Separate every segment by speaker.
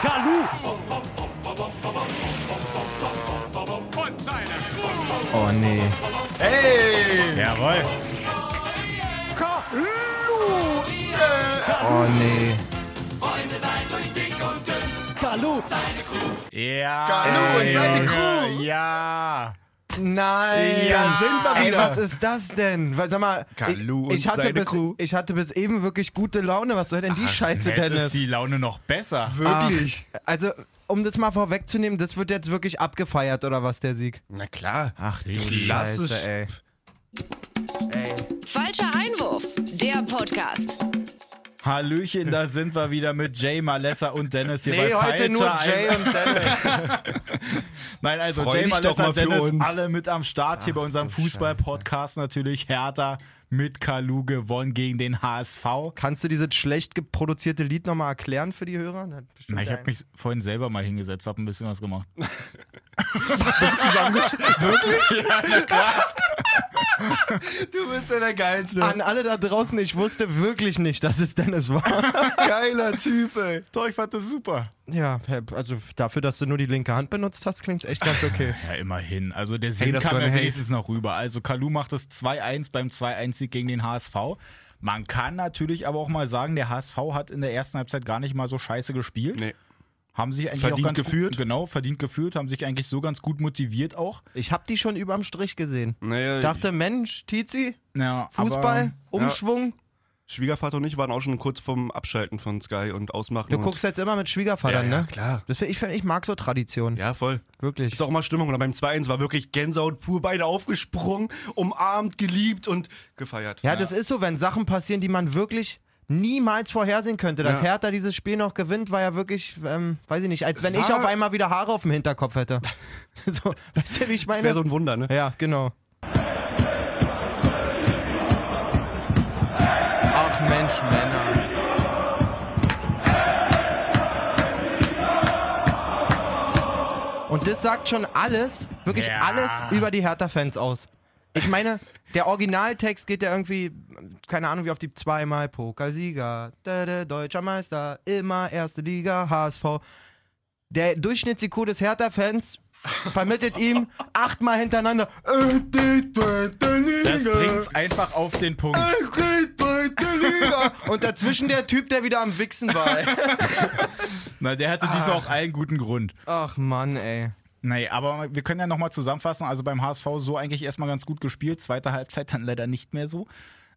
Speaker 1: Kalu
Speaker 2: Und seine Crew.
Speaker 3: Oh nee.
Speaker 4: Hey!
Speaker 3: Jawohl.
Speaker 2: Kalu.
Speaker 3: Oh nee.
Speaker 1: Kalu
Speaker 3: Ja.
Speaker 4: Kalu und seine
Speaker 3: Junge,
Speaker 4: Crew.
Speaker 3: Ja.
Speaker 5: Nein.
Speaker 3: Ja, sind wir
Speaker 5: Ey,
Speaker 3: wieder.
Speaker 5: was ist das denn? Weil, sag mal,
Speaker 4: Kalu
Speaker 5: ich, ich,
Speaker 4: und
Speaker 5: hatte
Speaker 4: seine
Speaker 5: bis,
Speaker 4: Crew.
Speaker 5: ich hatte bis eben wirklich gute Laune. Was soll denn die Scheiße,
Speaker 3: Jetzt
Speaker 5: Dennis?
Speaker 3: ist die Laune noch besser.
Speaker 4: Wirklich?
Speaker 5: Ach, also, um das mal vorwegzunehmen, das wird jetzt wirklich abgefeiert, oder was, der Sieg?
Speaker 4: Na klar.
Speaker 5: Ach du
Speaker 4: Klasse,
Speaker 5: Scheiße, ey.
Speaker 6: Falscher Einwurf, der Podcast.
Speaker 3: Hallöchen, da sind wir wieder mit Jay Malessa und Dennis hier
Speaker 5: Nee,
Speaker 3: bei
Speaker 5: heute nur
Speaker 3: Falscher
Speaker 5: Jay
Speaker 3: Ein-
Speaker 5: und Dennis.
Speaker 3: Nein, also
Speaker 4: Freu
Speaker 3: Jay
Speaker 4: dich doch
Speaker 3: Malessa,
Speaker 4: mal für
Speaker 3: Dennis,
Speaker 4: uns.
Speaker 3: alle mit am Start hier bei unserem Fußball-Podcast natürlich. Hertha mit Kalu gewonnen gegen den HSV.
Speaker 5: Kannst du dieses schlecht produzierte Lied nochmal erklären für die Hörer? Na, bestimmt
Speaker 3: Na, ich habe
Speaker 5: ein-
Speaker 3: mich vorhin selber mal hingesetzt, habe ein bisschen was gemacht.
Speaker 4: Du bist ja der geilste.
Speaker 5: An alle da draußen, ich wusste wirklich nicht, dass es Dennis war.
Speaker 4: geiler Typ, ey.
Speaker 3: Doch, ich fand das super.
Speaker 5: ja, also dafür, dass du nur die linke Hand benutzt hast, klingt echt ganz okay.
Speaker 3: Ja, immerhin. Also der Sinn
Speaker 4: das
Speaker 3: kam
Speaker 4: gonna
Speaker 3: ja
Speaker 4: hate.
Speaker 3: wenigstens noch rüber. Also Kalu macht das 2-1 beim 2-1-Sieg gegen den HSV. Man kann natürlich aber auch mal sagen, der HSV hat in der ersten Halbzeit gar nicht mal so scheiße gespielt.
Speaker 4: Nee.
Speaker 3: Haben sich eigentlich
Speaker 4: Verdient
Speaker 3: auch ganz
Speaker 4: geführt.
Speaker 3: Gut, genau, verdient geführt, haben sich eigentlich so ganz gut motiviert auch.
Speaker 5: Ich hab die schon überm Strich gesehen.
Speaker 4: Naja,
Speaker 5: Dachte, Mensch, Tizi,
Speaker 3: Ja,
Speaker 5: Fußball, Umschwung.
Speaker 4: Schwiegervater und ich waren auch schon kurz vom Abschalten von Sky und Ausmachen.
Speaker 5: Du
Speaker 4: und
Speaker 5: guckst jetzt immer mit
Speaker 4: ja,
Speaker 5: Schwiegervatern,
Speaker 4: ja,
Speaker 5: ne?
Speaker 4: klar.
Speaker 5: Das find, ich, find, ich mag so Traditionen.
Speaker 4: Ja, voll.
Speaker 5: Wirklich.
Speaker 4: Ist auch immer Stimmung. Und beim 2-1 war wirklich Gänsehaut pur, beide aufgesprungen, umarmt, geliebt und gefeiert.
Speaker 5: Ja, das ist so, wenn Sachen passieren, die man wirklich niemals vorhersehen könnte. Dass
Speaker 4: Ja.
Speaker 5: Hertha dieses Spiel noch gewinnt, war ja wirklich, ähm, weiß ich nicht, als wenn ich
Speaker 4: war-
Speaker 5: auf einmal wieder Haare auf dem Hinterkopf hätte. so, weißt du, wie ich
Speaker 4: Das
Speaker 5: meine?
Speaker 4: wäre so ein Wunder, ne?
Speaker 5: ja, genau. Ach Mensch, Männer. Und das sagt schon alles, wirklich
Speaker 3: Ja.
Speaker 5: alles über die Hertha-Fans aus. Ich meine, der Originaltext geht ja irgendwie, keine Ahnung, wie auf die zweimal Pokalsieger, da, da, deutscher Meister, immer erste Liga, HSV. Der Durchschnittsiko des Hertha-Fans vermittelt ihm achtmal hintereinander. äh, die zweite Liga,
Speaker 3: Das bringt's einfach auf den Punkt.
Speaker 5: äh, die zweite Liga. Und dazwischen der Typ, der wieder am Wichsen war. ey.
Speaker 3: Na, der hatte
Speaker 4: Ah.
Speaker 3: diesmal auch allen guten Grund.
Speaker 5: Ach Mann, ey.
Speaker 3: Nee, aber wir können ja nochmal zusammenfassen. Also beim HSV so eigentlich erstmal ganz gut gespielt, zweite Halbzeit dann leider nicht mehr so.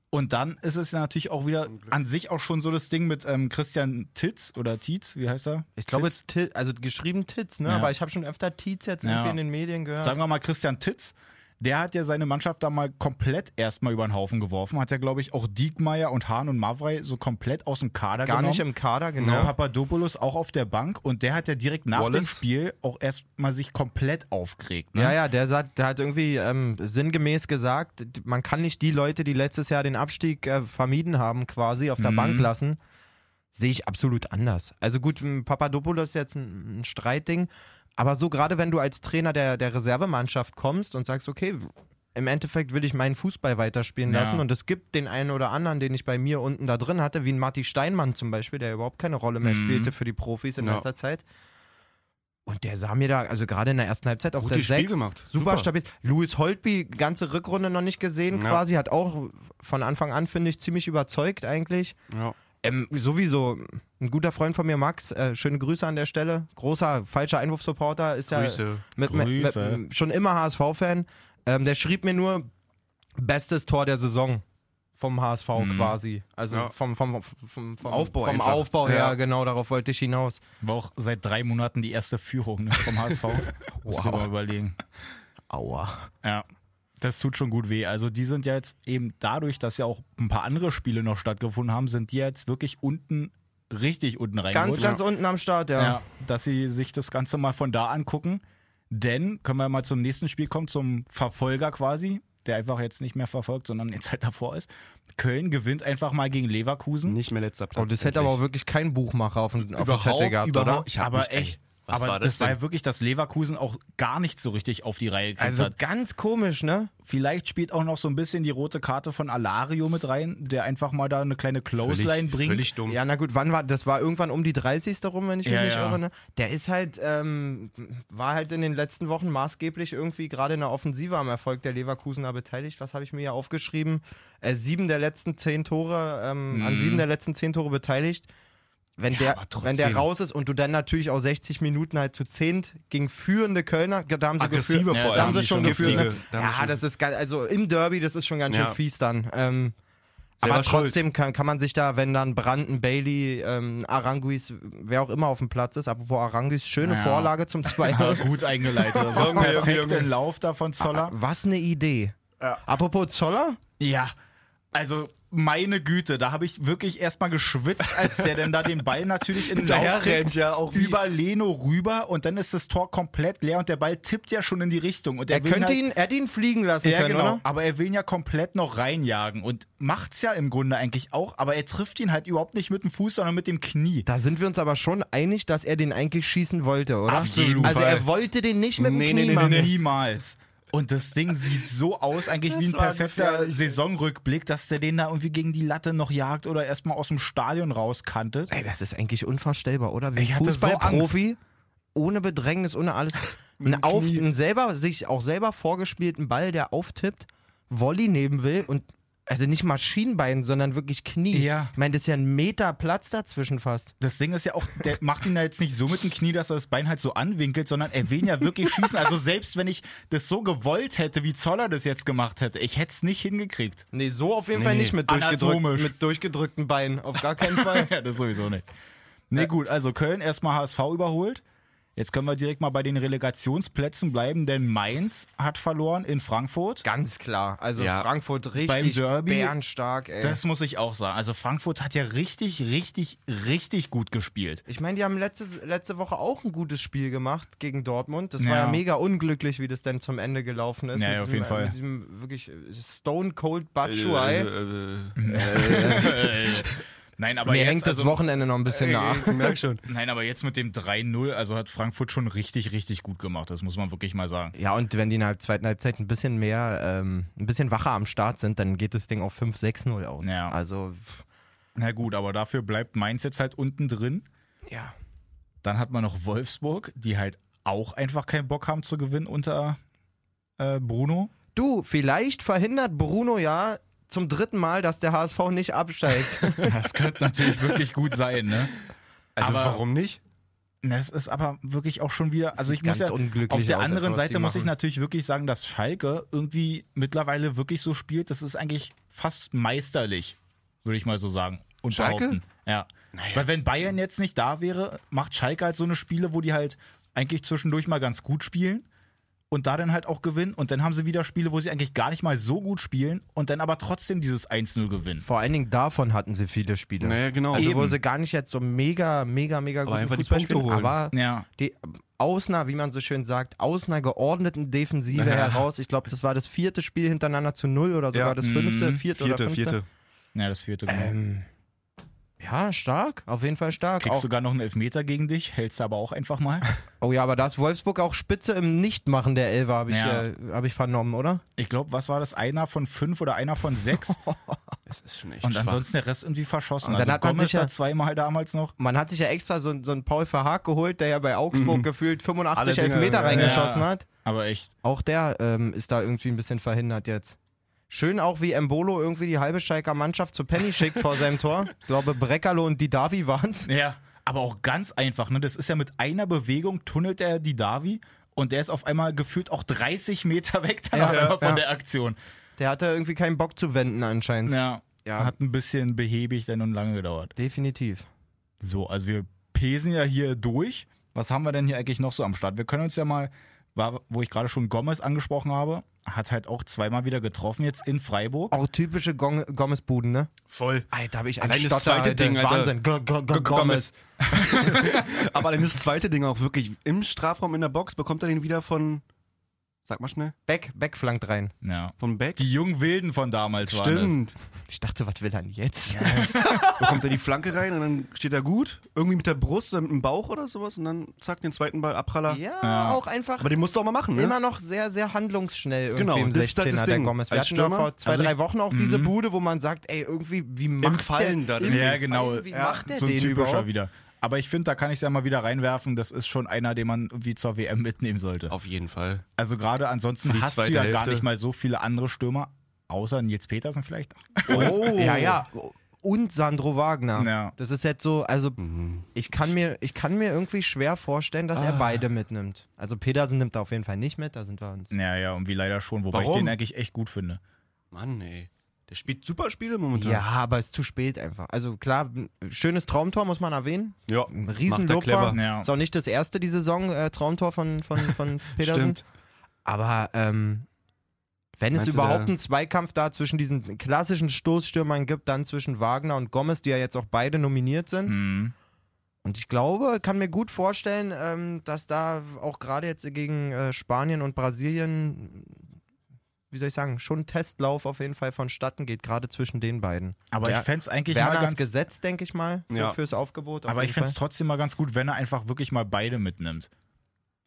Speaker 3: Und dann ist es ja natürlich auch wieder an sich auch schon so das Ding mit ähm, Christian Titz oder Tietz, wie heißt er?
Speaker 5: Ich glaube, Ti- also geschrieben Titz, ne?
Speaker 3: Ja.
Speaker 5: Aber ich habe schon öfter Titz jetzt
Speaker 3: Ja.
Speaker 5: irgendwie in den Medien gehört.
Speaker 3: Sagen wir mal Christian Titz. Der hat ja seine Mannschaft da mal komplett erstmal über den Haufen geworfen. Hat ja, glaube ich, auch Diekmeyer und Hahn und Mavrei so komplett aus dem Kader
Speaker 5: Gar
Speaker 3: genommen.
Speaker 5: nicht im Kader, genau.
Speaker 3: Genau, Papadopoulos auch auf der Bank und der hat ja direkt nach dem
Speaker 4: Wallace?
Speaker 3: Spiel auch erstmal sich komplett aufgeregt. Ne?
Speaker 5: Ja, ja, der, sagt, der hat irgendwie ähm, sinngemäß gesagt, d- man kann nicht die Leute, die letztes Jahr den Abstieg äh, vermieden haben, quasi auf der
Speaker 3: Mhm.
Speaker 5: Bank lassen. Sehe ich absolut anders. Also gut, m, Papadopoulos ist jetzt ein, ein Streitding, aber so gerade wenn du als Trainer der, der Reservemannschaft kommst und sagst, okay, w- im Endeffekt will ich meinen Fußball weiterspielen
Speaker 3: Ja.
Speaker 5: lassen und es gibt den einen oder anderen, den ich bei mir unten da drin hatte, wie ein Matti Steinmann zum Beispiel, der überhaupt keine Rolle
Speaker 3: Mhm.
Speaker 5: mehr spielte für die Profis in
Speaker 4: Ja.
Speaker 5: letzter Zeit. Und der sah mir da, also gerade in der ersten Halbzeit auf
Speaker 4: Gutes
Speaker 5: der
Speaker 4: Spiel
Speaker 5: 6,
Speaker 4: gemacht.
Speaker 5: super,
Speaker 4: Super.
Speaker 5: stabil. Louis Holtby, ganze Rückrunde noch nicht gesehen
Speaker 4: Ja.
Speaker 5: quasi, hat auch von Anfang an, finde ich, ziemlich überzeugt eigentlich.
Speaker 4: Ja.
Speaker 5: Ähm, sowieso, ein guter Freund von mir, Max, äh, schöne Grüße an der Stelle, großer falscher Einwurfsupporter, ist ja
Speaker 4: Grüße.
Speaker 5: mit, mit, mit,
Speaker 3: Grüße.
Speaker 5: m- schon immer HSV-Fan. Ähm, der schrieb mir nur, bestes Tor der Saison vom HSV quasi. Also
Speaker 4: Mhm. Ja.
Speaker 5: vom, vom, vom, vom,
Speaker 4: Aufbau
Speaker 5: vom
Speaker 4: einfach.
Speaker 5: Aufbau her,
Speaker 4: Ja.
Speaker 5: genau, darauf wollte ich hinaus.
Speaker 3: War auch seit drei Monaten die erste Führung ne, vom HSV. Muss ich mal überlegen.
Speaker 5: Aua.
Speaker 3: Ja, das tut schon gut weh. Also die sind ja jetzt eben dadurch, dass ja auch ein paar andere Spiele noch stattgefunden haben, sind die jetzt wirklich unten, richtig unten
Speaker 5: Ganz,
Speaker 3: reingerutscht.
Speaker 5: ganz unten am Start, ja.
Speaker 3: ja, dass sie sich das Ganze mal von da angucken. Denn, können wir mal zum nächsten Spiel kommen, zum Verfolger quasi, der einfach jetzt nicht mehr verfolgt, sondern jetzt halt davor ist. Köln gewinnt einfach mal gegen Leverkusen.
Speaker 4: Nicht mehr letzter Platz.
Speaker 5: Oh, das hätte aber auch
Speaker 4: endlich.
Speaker 5: wirklich kein Buchmacher auf dem auf dem
Speaker 4: überhaupt,
Speaker 5: Zettel gehabt,
Speaker 4: überhaupt.
Speaker 5: oder?
Speaker 4: Ich hab
Speaker 3: aber
Speaker 4: mich, ey,
Speaker 3: echt
Speaker 4: Was
Speaker 3: aber
Speaker 4: war
Speaker 3: das,
Speaker 4: das
Speaker 3: war
Speaker 4: denn?
Speaker 3: ja wirklich, dass Leverkusen auch gar nicht so richtig auf die Reihe gekriegt
Speaker 5: Also
Speaker 3: hat.
Speaker 5: ganz komisch, ne?
Speaker 3: Vielleicht spielt auch noch so ein bisschen die rote Karte von Alario mit rein, der einfach mal da eine kleine Clothesline bringt.
Speaker 4: völlig dumm.
Speaker 5: Ja, na gut, wann war das? War irgendwann um die 30. rum, wenn ich mich
Speaker 3: Ja,
Speaker 5: nicht
Speaker 3: ja.
Speaker 5: irre. Ne? Der ist halt, ähm, war halt in den letzten Wochen maßgeblich irgendwie gerade in der Offensive am Erfolg der Leverkusener beteiligt. Was habe ich mir hier aufgeschrieben? Äh, sieben der letzten zehn Tore, ähm, an sieben der letzten zehn Tore beteiligt. Wenn,
Speaker 4: Mhm. aber
Speaker 5: der,
Speaker 4: trotzdem.
Speaker 5: wenn der raus ist und du dann natürlich auch 60 Minuten halt zu zehnt gegen führende Kölner, da haben sie
Speaker 4: Aggressive
Speaker 5: geführt,
Speaker 4: vor allem,
Speaker 5: da haben sie
Speaker 4: die
Speaker 5: schon
Speaker 4: schon
Speaker 5: geführt. Ne?
Speaker 4: giftige, da haben sie
Speaker 5: Ja,
Speaker 4: schon-
Speaker 5: das ist geil. Also im Derby, das ist schon ganz schön
Speaker 4: Ja.
Speaker 5: fies dann. Ähm,
Speaker 4: Selber
Speaker 5: aber
Speaker 4: schuld.
Speaker 5: trotzdem kann, kann man sich da, wenn dann Branden, Bailey, ähm, Aranguis, wer auch immer auf dem Platz ist, apropos Aranguis, schöne
Speaker 3: Ja.
Speaker 5: Vorlage zum
Speaker 3: Ja,
Speaker 5: 2
Speaker 3: gut eingeleitet. Das war
Speaker 4: Junge,
Speaker 3: perfekt
Speaker 4: Junge.
Speaker 3: in Lauf da von Zoller.
Speaker 5: Was eine Idee. Apropos Zoller,
Speaker 3: Ja, also meine Güte, da habe ich wirklich erstmal geschwitzt, als der denn da den Ball natürlich in den
Speaker 4: Daher
Speaker 3: Lauf kriegt,
Speaker 4: rennt ja auch wie-
Speaker 3: über Leno rüber und dann ist das Tor komplett leer und der Ball tippt ja schon in die Richtung. Und
Speaker 5: er
Speaker 3: will
Speaker 5: könnte
Speaker 3: halt,
Speaker 5: ihn, er hätte ihn fliegen lassen
Speaker 3: ja,
Speaker 5: können,
Speaker 3: genau,
Speaker 5: oder?
Speaker 3: aber er will ihn ja komplett noch reinjagen und macht's ja im Grunde eigentlich auch, aber er trifft ihn halt überhaupt nicht mit dem Fuß, sondern mit dem Knie.
Speaker 5: Da sind wir uns aber schon einig, dass er den eigentlich schießen wollte, oder?
Speaker 3: Auf jeden
Speaker 5: also
Speaker 4: Fall.
Speaker 5: er wollte den nicht mit dem
Speaker 4: Nee,
Speaker 5: Knie
Speaker 4: nee, nee,
Speaker 5: machen.
Speaker 3: Niemals. Und das Ding sieht so aus, eigentlich wie ein
Speaker 4: Das war
Speaker 3: perfekter
Speaker 4: gefährlich.
Speaker 3: Saisonrückblick, dass der den da irgendwie gegen die Latte noch jagt oder erstmal aus dem Stadion rauskantet.
Speaker 5: Ey, das ist eigentlich unvorstellbar, oder? Wie
Speaker 3: Ich
Speaker 5: ein
Speaker 3: hatte so
Speaker 5: Fußballprofi, ohne Bedrängnis, ohne alles, einen auf, einen selber, sich auch selber vorgespielten Ball, der auftippt, Volley nehmen will und also nicht Maschinenbein, sondern wirklich Knie.
Speaker 3: Ja.
Speaker 5: Ich meine, das ist ja ein Meter Platz dazwischen fast.
Speaker 3: Das Ding ist ja auch, der macht ihn ja jetzt nicht so mit dem Knie, dass er das Bein halt so anwinkelt, sondern er will ihn ja wirklich schießen. Also selbst wenn ich das so gewollt hätte, wie Zoller das jetzt gemacht hätte, ich hätte es nicht hingekriegt.
Speaker 5: Nee, so auf jeden Fall nicht mit,
Speaker 3: durchgedrückten-
Speaker 5: mit durchgedrückten Beinen. Auf gar keinen Fall.
Speaker 3: Ja, das sowieso nicht. Nee, gut, also Köln erstmal HSV überholt. Jetzt können wir direkt mal bei den Relegationsplätzen bleiben, denn Mainz hat verloren in Frankfurt.
Speaker 5: Ganz klar. Also
Speaker 4: Ja.
Speaker 5: Frankfurt richtig
Speaker 3: Derby,
Speaker 5: bärenstark, ey.
Speaker 3: Das muss ich auch sagen. Also Frankfurt hat ja richtig, richtig, richtig gut gespielt.
Speaker 5: Ich meine, die haben letzte, letzte Woche auch ein gutes Spiel gemacht gegen Dortmund. Das war
Speaker 3: Ja.
Speaker 5: ja mega unglücklich, wie das denn zum Ende gelaufen ist.
Speaker 3: Ja,
Speaker 5: mit
Speaker 3: ja, auf
Speaker 5: diesem,
Speaker 3: jeden Fall.
Speaker 5: Mit diesem wirklich Stone Cold
Speaker 4: Äh,
Speaker 5: Batshuayi.
Speaker 4: äh, äh,
Speaker 3: Nein, aber
Speaker 5: Mir
Speaker 3: jetzt,
Speaker 5: hängt das
Speaker 3: also, äh,
Speaker 5: Wochenende noch ein bisschen nach.
Speaker 4: Ich merk schon.
Speaker 3: nein, aber jetzt mit dem 3-0, also hat Frankfurt schon richtig, richtig gut gemacht. Das muss man wirklich mal sagen.
Speaker 5: Ja, und wenn die in der halb- zweiten Halbzeit ein bisschen mehr, ähm, ein bisschen wacher am Start sind, dann geht das Ding auf 5-6-0 aus.
Speaker 3: Ja.
Speaker 5: Also, pff,
Speaker 3: Na gut, aber dafür bleibt Mainz jetzt halt unten drin.
Speaker 5: ja.
Speaker 3: Dann hat man noch Wolfsburg, die halt auch einfach keinen Bock haben zu gewinnen unter äh, Bruno.
Speaker 5: Du, vielleicht verhindert Bruno ja zum dritten Mal, dass der HSV nicht absteigt.
Speaker 3: Das könnte natürlich wirklich gut sein, ne?
Speaker 4: Also
Speaker 3: Aber-
Speaker 4: warum nicht?
Speaker 3: Das ist aber wirklich auch schon wieder, also ich muss
Speaker 5: Ganz
Speaker 3: ja,
Speaker 5: unglücklich
Speaker 3: auf der
Speaker 5: aus,
Speaker 3: anderen
Speaker 5: was die
Speaker 3: Seite muss ich
Speaker 5: machen.
Speaker 3: natürlich wirklich sagen, dass Schalke irgendwie mittlerweile wirklich so spielt, das ist eigentlich fast meisterlich, würde ich mal so sagen. Und
Speaker 4: Schalke?
Speaker 3: behaupten. Ja. Weil wenn Bayern jetzt nicht da wäre, macht Schalke halt so eine Spiele, wo die halt eigentlich zwischendurch mal ganz gut spielen und da dann halt auch gewinnen und dann haben sie wieder Spiele, wo sie eigentlich gar nicht mal so gut spielen und dann aber trotzdem dieses 1-0 gewinnen.
Speaker 5: Vor allen Dingen davon hatten sie viele Spiele.
Speaker 4: Naja, genau.
Speaker 5: Also wo
Speaker 4: Eben.
Speaker 5: sie gar nicht jetzt so mega, mega, mega gut
Speaker 4: einfach die
Speaker 5: Fußball
Speaker 4: Punkte
Speaker 5: spielen,
Speaker 4: holen.
Speaker 5: aber
Speaker 3: Ja.
Speaker 5: die aus einer, wie man so schön sagt, aus einer geordneten Defensive heraus. Ich glaube, das war das vierte Spiel hintereinander zu null oder sogar
Speaker 4: Ja, Mhm.
Speaker 5: das fünfte, vierte, oder
Speaker 4: Vierte,
Speaker 5: fünfte.
Speaker 4: vierte.
Speaker 3: Ja, das vierte. genau.
Speaker 5: Ähm, ja, stark, auf jeden Fall stark.
Speaker 3: Kriegst
Speaker 5: Auch,
Speaker 3: sogar noch einen Elfmeter gegen dich, hältst du aber auch einfach mal.
Speaker 5: oh ja, aber da ist Wolfsburg auch Spitze im Nichtmachen der Elfer, habe ich,
Speaker 3: Ja.
Speaker 5: äh, hab ich vernommen, oder?
Speaker 3: Ich glaube, was war das? Einer von fünf oder einer von sechs.
Speaker 4: Das ist schon echt
Speaker 3: Und
Speaker 4: schwach.
Speaker 3: ansonsten der Rest irgendwie verschossen.
Speaker 5: Oh, Und dann
Speaker 3: also
Speaker 5: hat man
Speaker 3: Gomez
Speaker 5: sich ja-
Speaker 3: da zweimal damals noch.
Speaker 5: Man hat sich ja extra so, so einen Paul Verhaag geholt, der ja bei Augsburg gefühlt 85
Speaker 4: Mhm. Alle Dinger,
Speaker 5: Elfmeter
Speaker 4: ja,
Speaker 5: reingeschossen
Speaker 3: ja.
Speaker 5: hat.
Speaker 3: Aber echt.
Speaker 5: Auch der ähm, ist da irgendwie ein bisschen verhindert jetzt. Schön auch, wie Embolo irgendwie die halbe Schalker Mannschaft zu Penny schickt vor seinem Tor. Ich glaube, Breckerlo und Didavi waren's.
Speaker 3: Ja. Aber auch ganz einfach, ne? Das ist ja mit einer Bewegung tunnelt er die Davi und der ist auf einmal gefühlt auch 30 Meter weg dann
Speaker 5: Ja,
Speaker 3: auf einmal
Speaker 5: ja,
Speaker 3: von
Speaker 5: ja.
Speaker 3: der Aktion.
Speaker 5: Der hatte irgendwie keinen Bock zu wenden anscheinend.
Speaker 3: Ja.
Speaker 5: Ja.
Speaker 3: Hat ein bisschen behäbig dann und lange gedauert.
Speaker 5: Definitiv.
Speaker 3: So, also wir pesen ja hier durch. Was haben wir denn hier eigentlich noch so am Start? Wir können uns ja mal, war- wo ich gerade schon Gomez angesprochen habe, hat halt auch zweimal wieder getroffen jetzt in Freiburg.
Speaker 5: Auch typische Gong Gomez-Buden, ne?
Speaker 4: Voll.
Speaker 5: Alter, habe ich
Speaker 4: Allein das zweite Ding, Alter.
Speaker 5: Wahnsinn. G -G -G Gomez.
Speaker 4: Gomez. Aber dann das zweite Ding auch wirklich. Im Strafraum in der Box bekommt er den wieder von Sag mal schnell.
Speaker 5: Beck, Beck flankt rein.
Speaker 3: Ja.
Speaker 4: Von Beck?
Speaker 3: Die jungen Wilden von damals waren
Speaker 4: Stimmt.
Speaker 5: Ich dachte, was will er denn jetzt?
Speaker 4: Da kommt er die Flanke rein und dann steht er gut. Irgendwie mit der Brust oder mit dem Bauch oder sowas. Und dann zack, den zweiten Ball, Abpraller.
Speaker 5: Ja, auch einfach
Speaker 4: Aber den musst du auch mal machen, ne?
Speaker 5: immer noch sehr, sehr handlungsschnell irgendwie
Speaker 4: Genau,
Speaker 5: im
Speaker 4: das ist das
Speaker 5: 16er der
Speaker 4: Ding.
Speaker 5: Gomez. Wir
Speaker 4: Als
Speaker 5: hatten da
Speaker 4: Stürmer- Mhm.
Speaker 5: vor zwei,
Speaker 3: also
Speaker 5: drei
Speaker 3: ich-
Speaker 5: Wochen auch diese Bude, wo man sagt, ey, irgendwie, wie macht
Speaker 4: Fallen da
Speaker 5: der,
Speaker 4: drin.
Speaker 3: das. Ja, genau.
Speaker 5: Wie
Speaker 3: Ja,
Speaker 5: macht der
Speaker 3: so ein
Speaker 5: den
Speaker 3: typischer
Speaker 5: überhaupt?
Speaker 3: wieder. Aber ich finde, da kann ich es ja mal wieder reinwerfen. Das ist schon einer, den man irgendwie zur WM mitnehmen sollte.
Speaker 4: Auf jeden Fall.
Speaker 3: Also gerade ansonsten
Speaker 4: Für die
Speaker 3: hast du
Speaker 4: zweite
Speaker 3: ja gar
Speaker 4: Hälfte.
Speaker 3: nicht mal so viele andere Stürmer, außer Nils Petersen vielleicht.
Speaker 4: Oh.
Speaker 5: Ja, ja. Und Sandro Wagner.
Speaker 3: Ja.
Speaker 5: Das ist jetzt so, also
Speaker 4: Mhm.
Speaker 5: ich, kann mir, ich kann mir irgendwie schwer vorstellen, dass er
Speaker 4: Ah.
Speaker 5: beide mitnimmt. Also Pedersen nimmt er auf jeden Fall nicht mit, da sind wir uns.
Speaker 3: Naja, und wie leider schon, wobei ich
Speaker 4: Warum?
Speaker 3: den eigentlich echt gut finde.
Speaker 4: Mann, ey. Der spielt super Spiele momentan.
Speaker 5: Ja, aber es ist zu spät einfach. Also klar, ein schönes Traumtor muss man erwähnen.
Speaker 4: ja.
Speaker 5: Ein
Speaker 4: Macht er
Speaker 5: Riesenlob
Speaker 4: clever.
Speaker 5: war.
Speaker 3: Ja.
Speaker 5: Ist auch nicht das erste die Saison äh, Traumtor von, von, von Pedersen.
Speaker 4: Stimmt.
Speaker 5: Aber ähm, wenn
Speaker 4: Meinst
Speaker 5: es
Speaker 4: du,
Speaker 5: überhaupt
Speaker 4: der-
Speaker 5: einen Zweikampf da zwischen diesen klassischen Stoßstürmern gibt, dann zwischen Wagner und Gomez, die ja jetzt auch beide nominiert sind.
Speaker 3: Mhm.
Speaker 5: Und ich glaube, kann mir gut vorstellen, ähm, dass da auch gerade jetzt gegen äh, Spanien und Brasilien, wie soll ich sagen, schon ein Testlauf auf jeden Fall vonstatten geht, gerade zwischen den beiden.
Speaker 3: Aber
Speaker 5: Ja,
Speaker 3: ich fände es eigentlich
Speaker 5: Werner
Speaker 3: mal
Speaker 5: ist
Speaker 3: ganz.
Speaker 5: gesetzt, denke ich mal, so
Speaker 4: Ja.
Speaker 5: fürs Aufgebot. auf
Speaker 3: aber
Speaker 5: jeden
Speaker 3: ich fände es
Speaker 5: Fall.
Speaker 3: trotzdem mal ganz gut, wenn er einfach wirklich mal beide mitnimmt.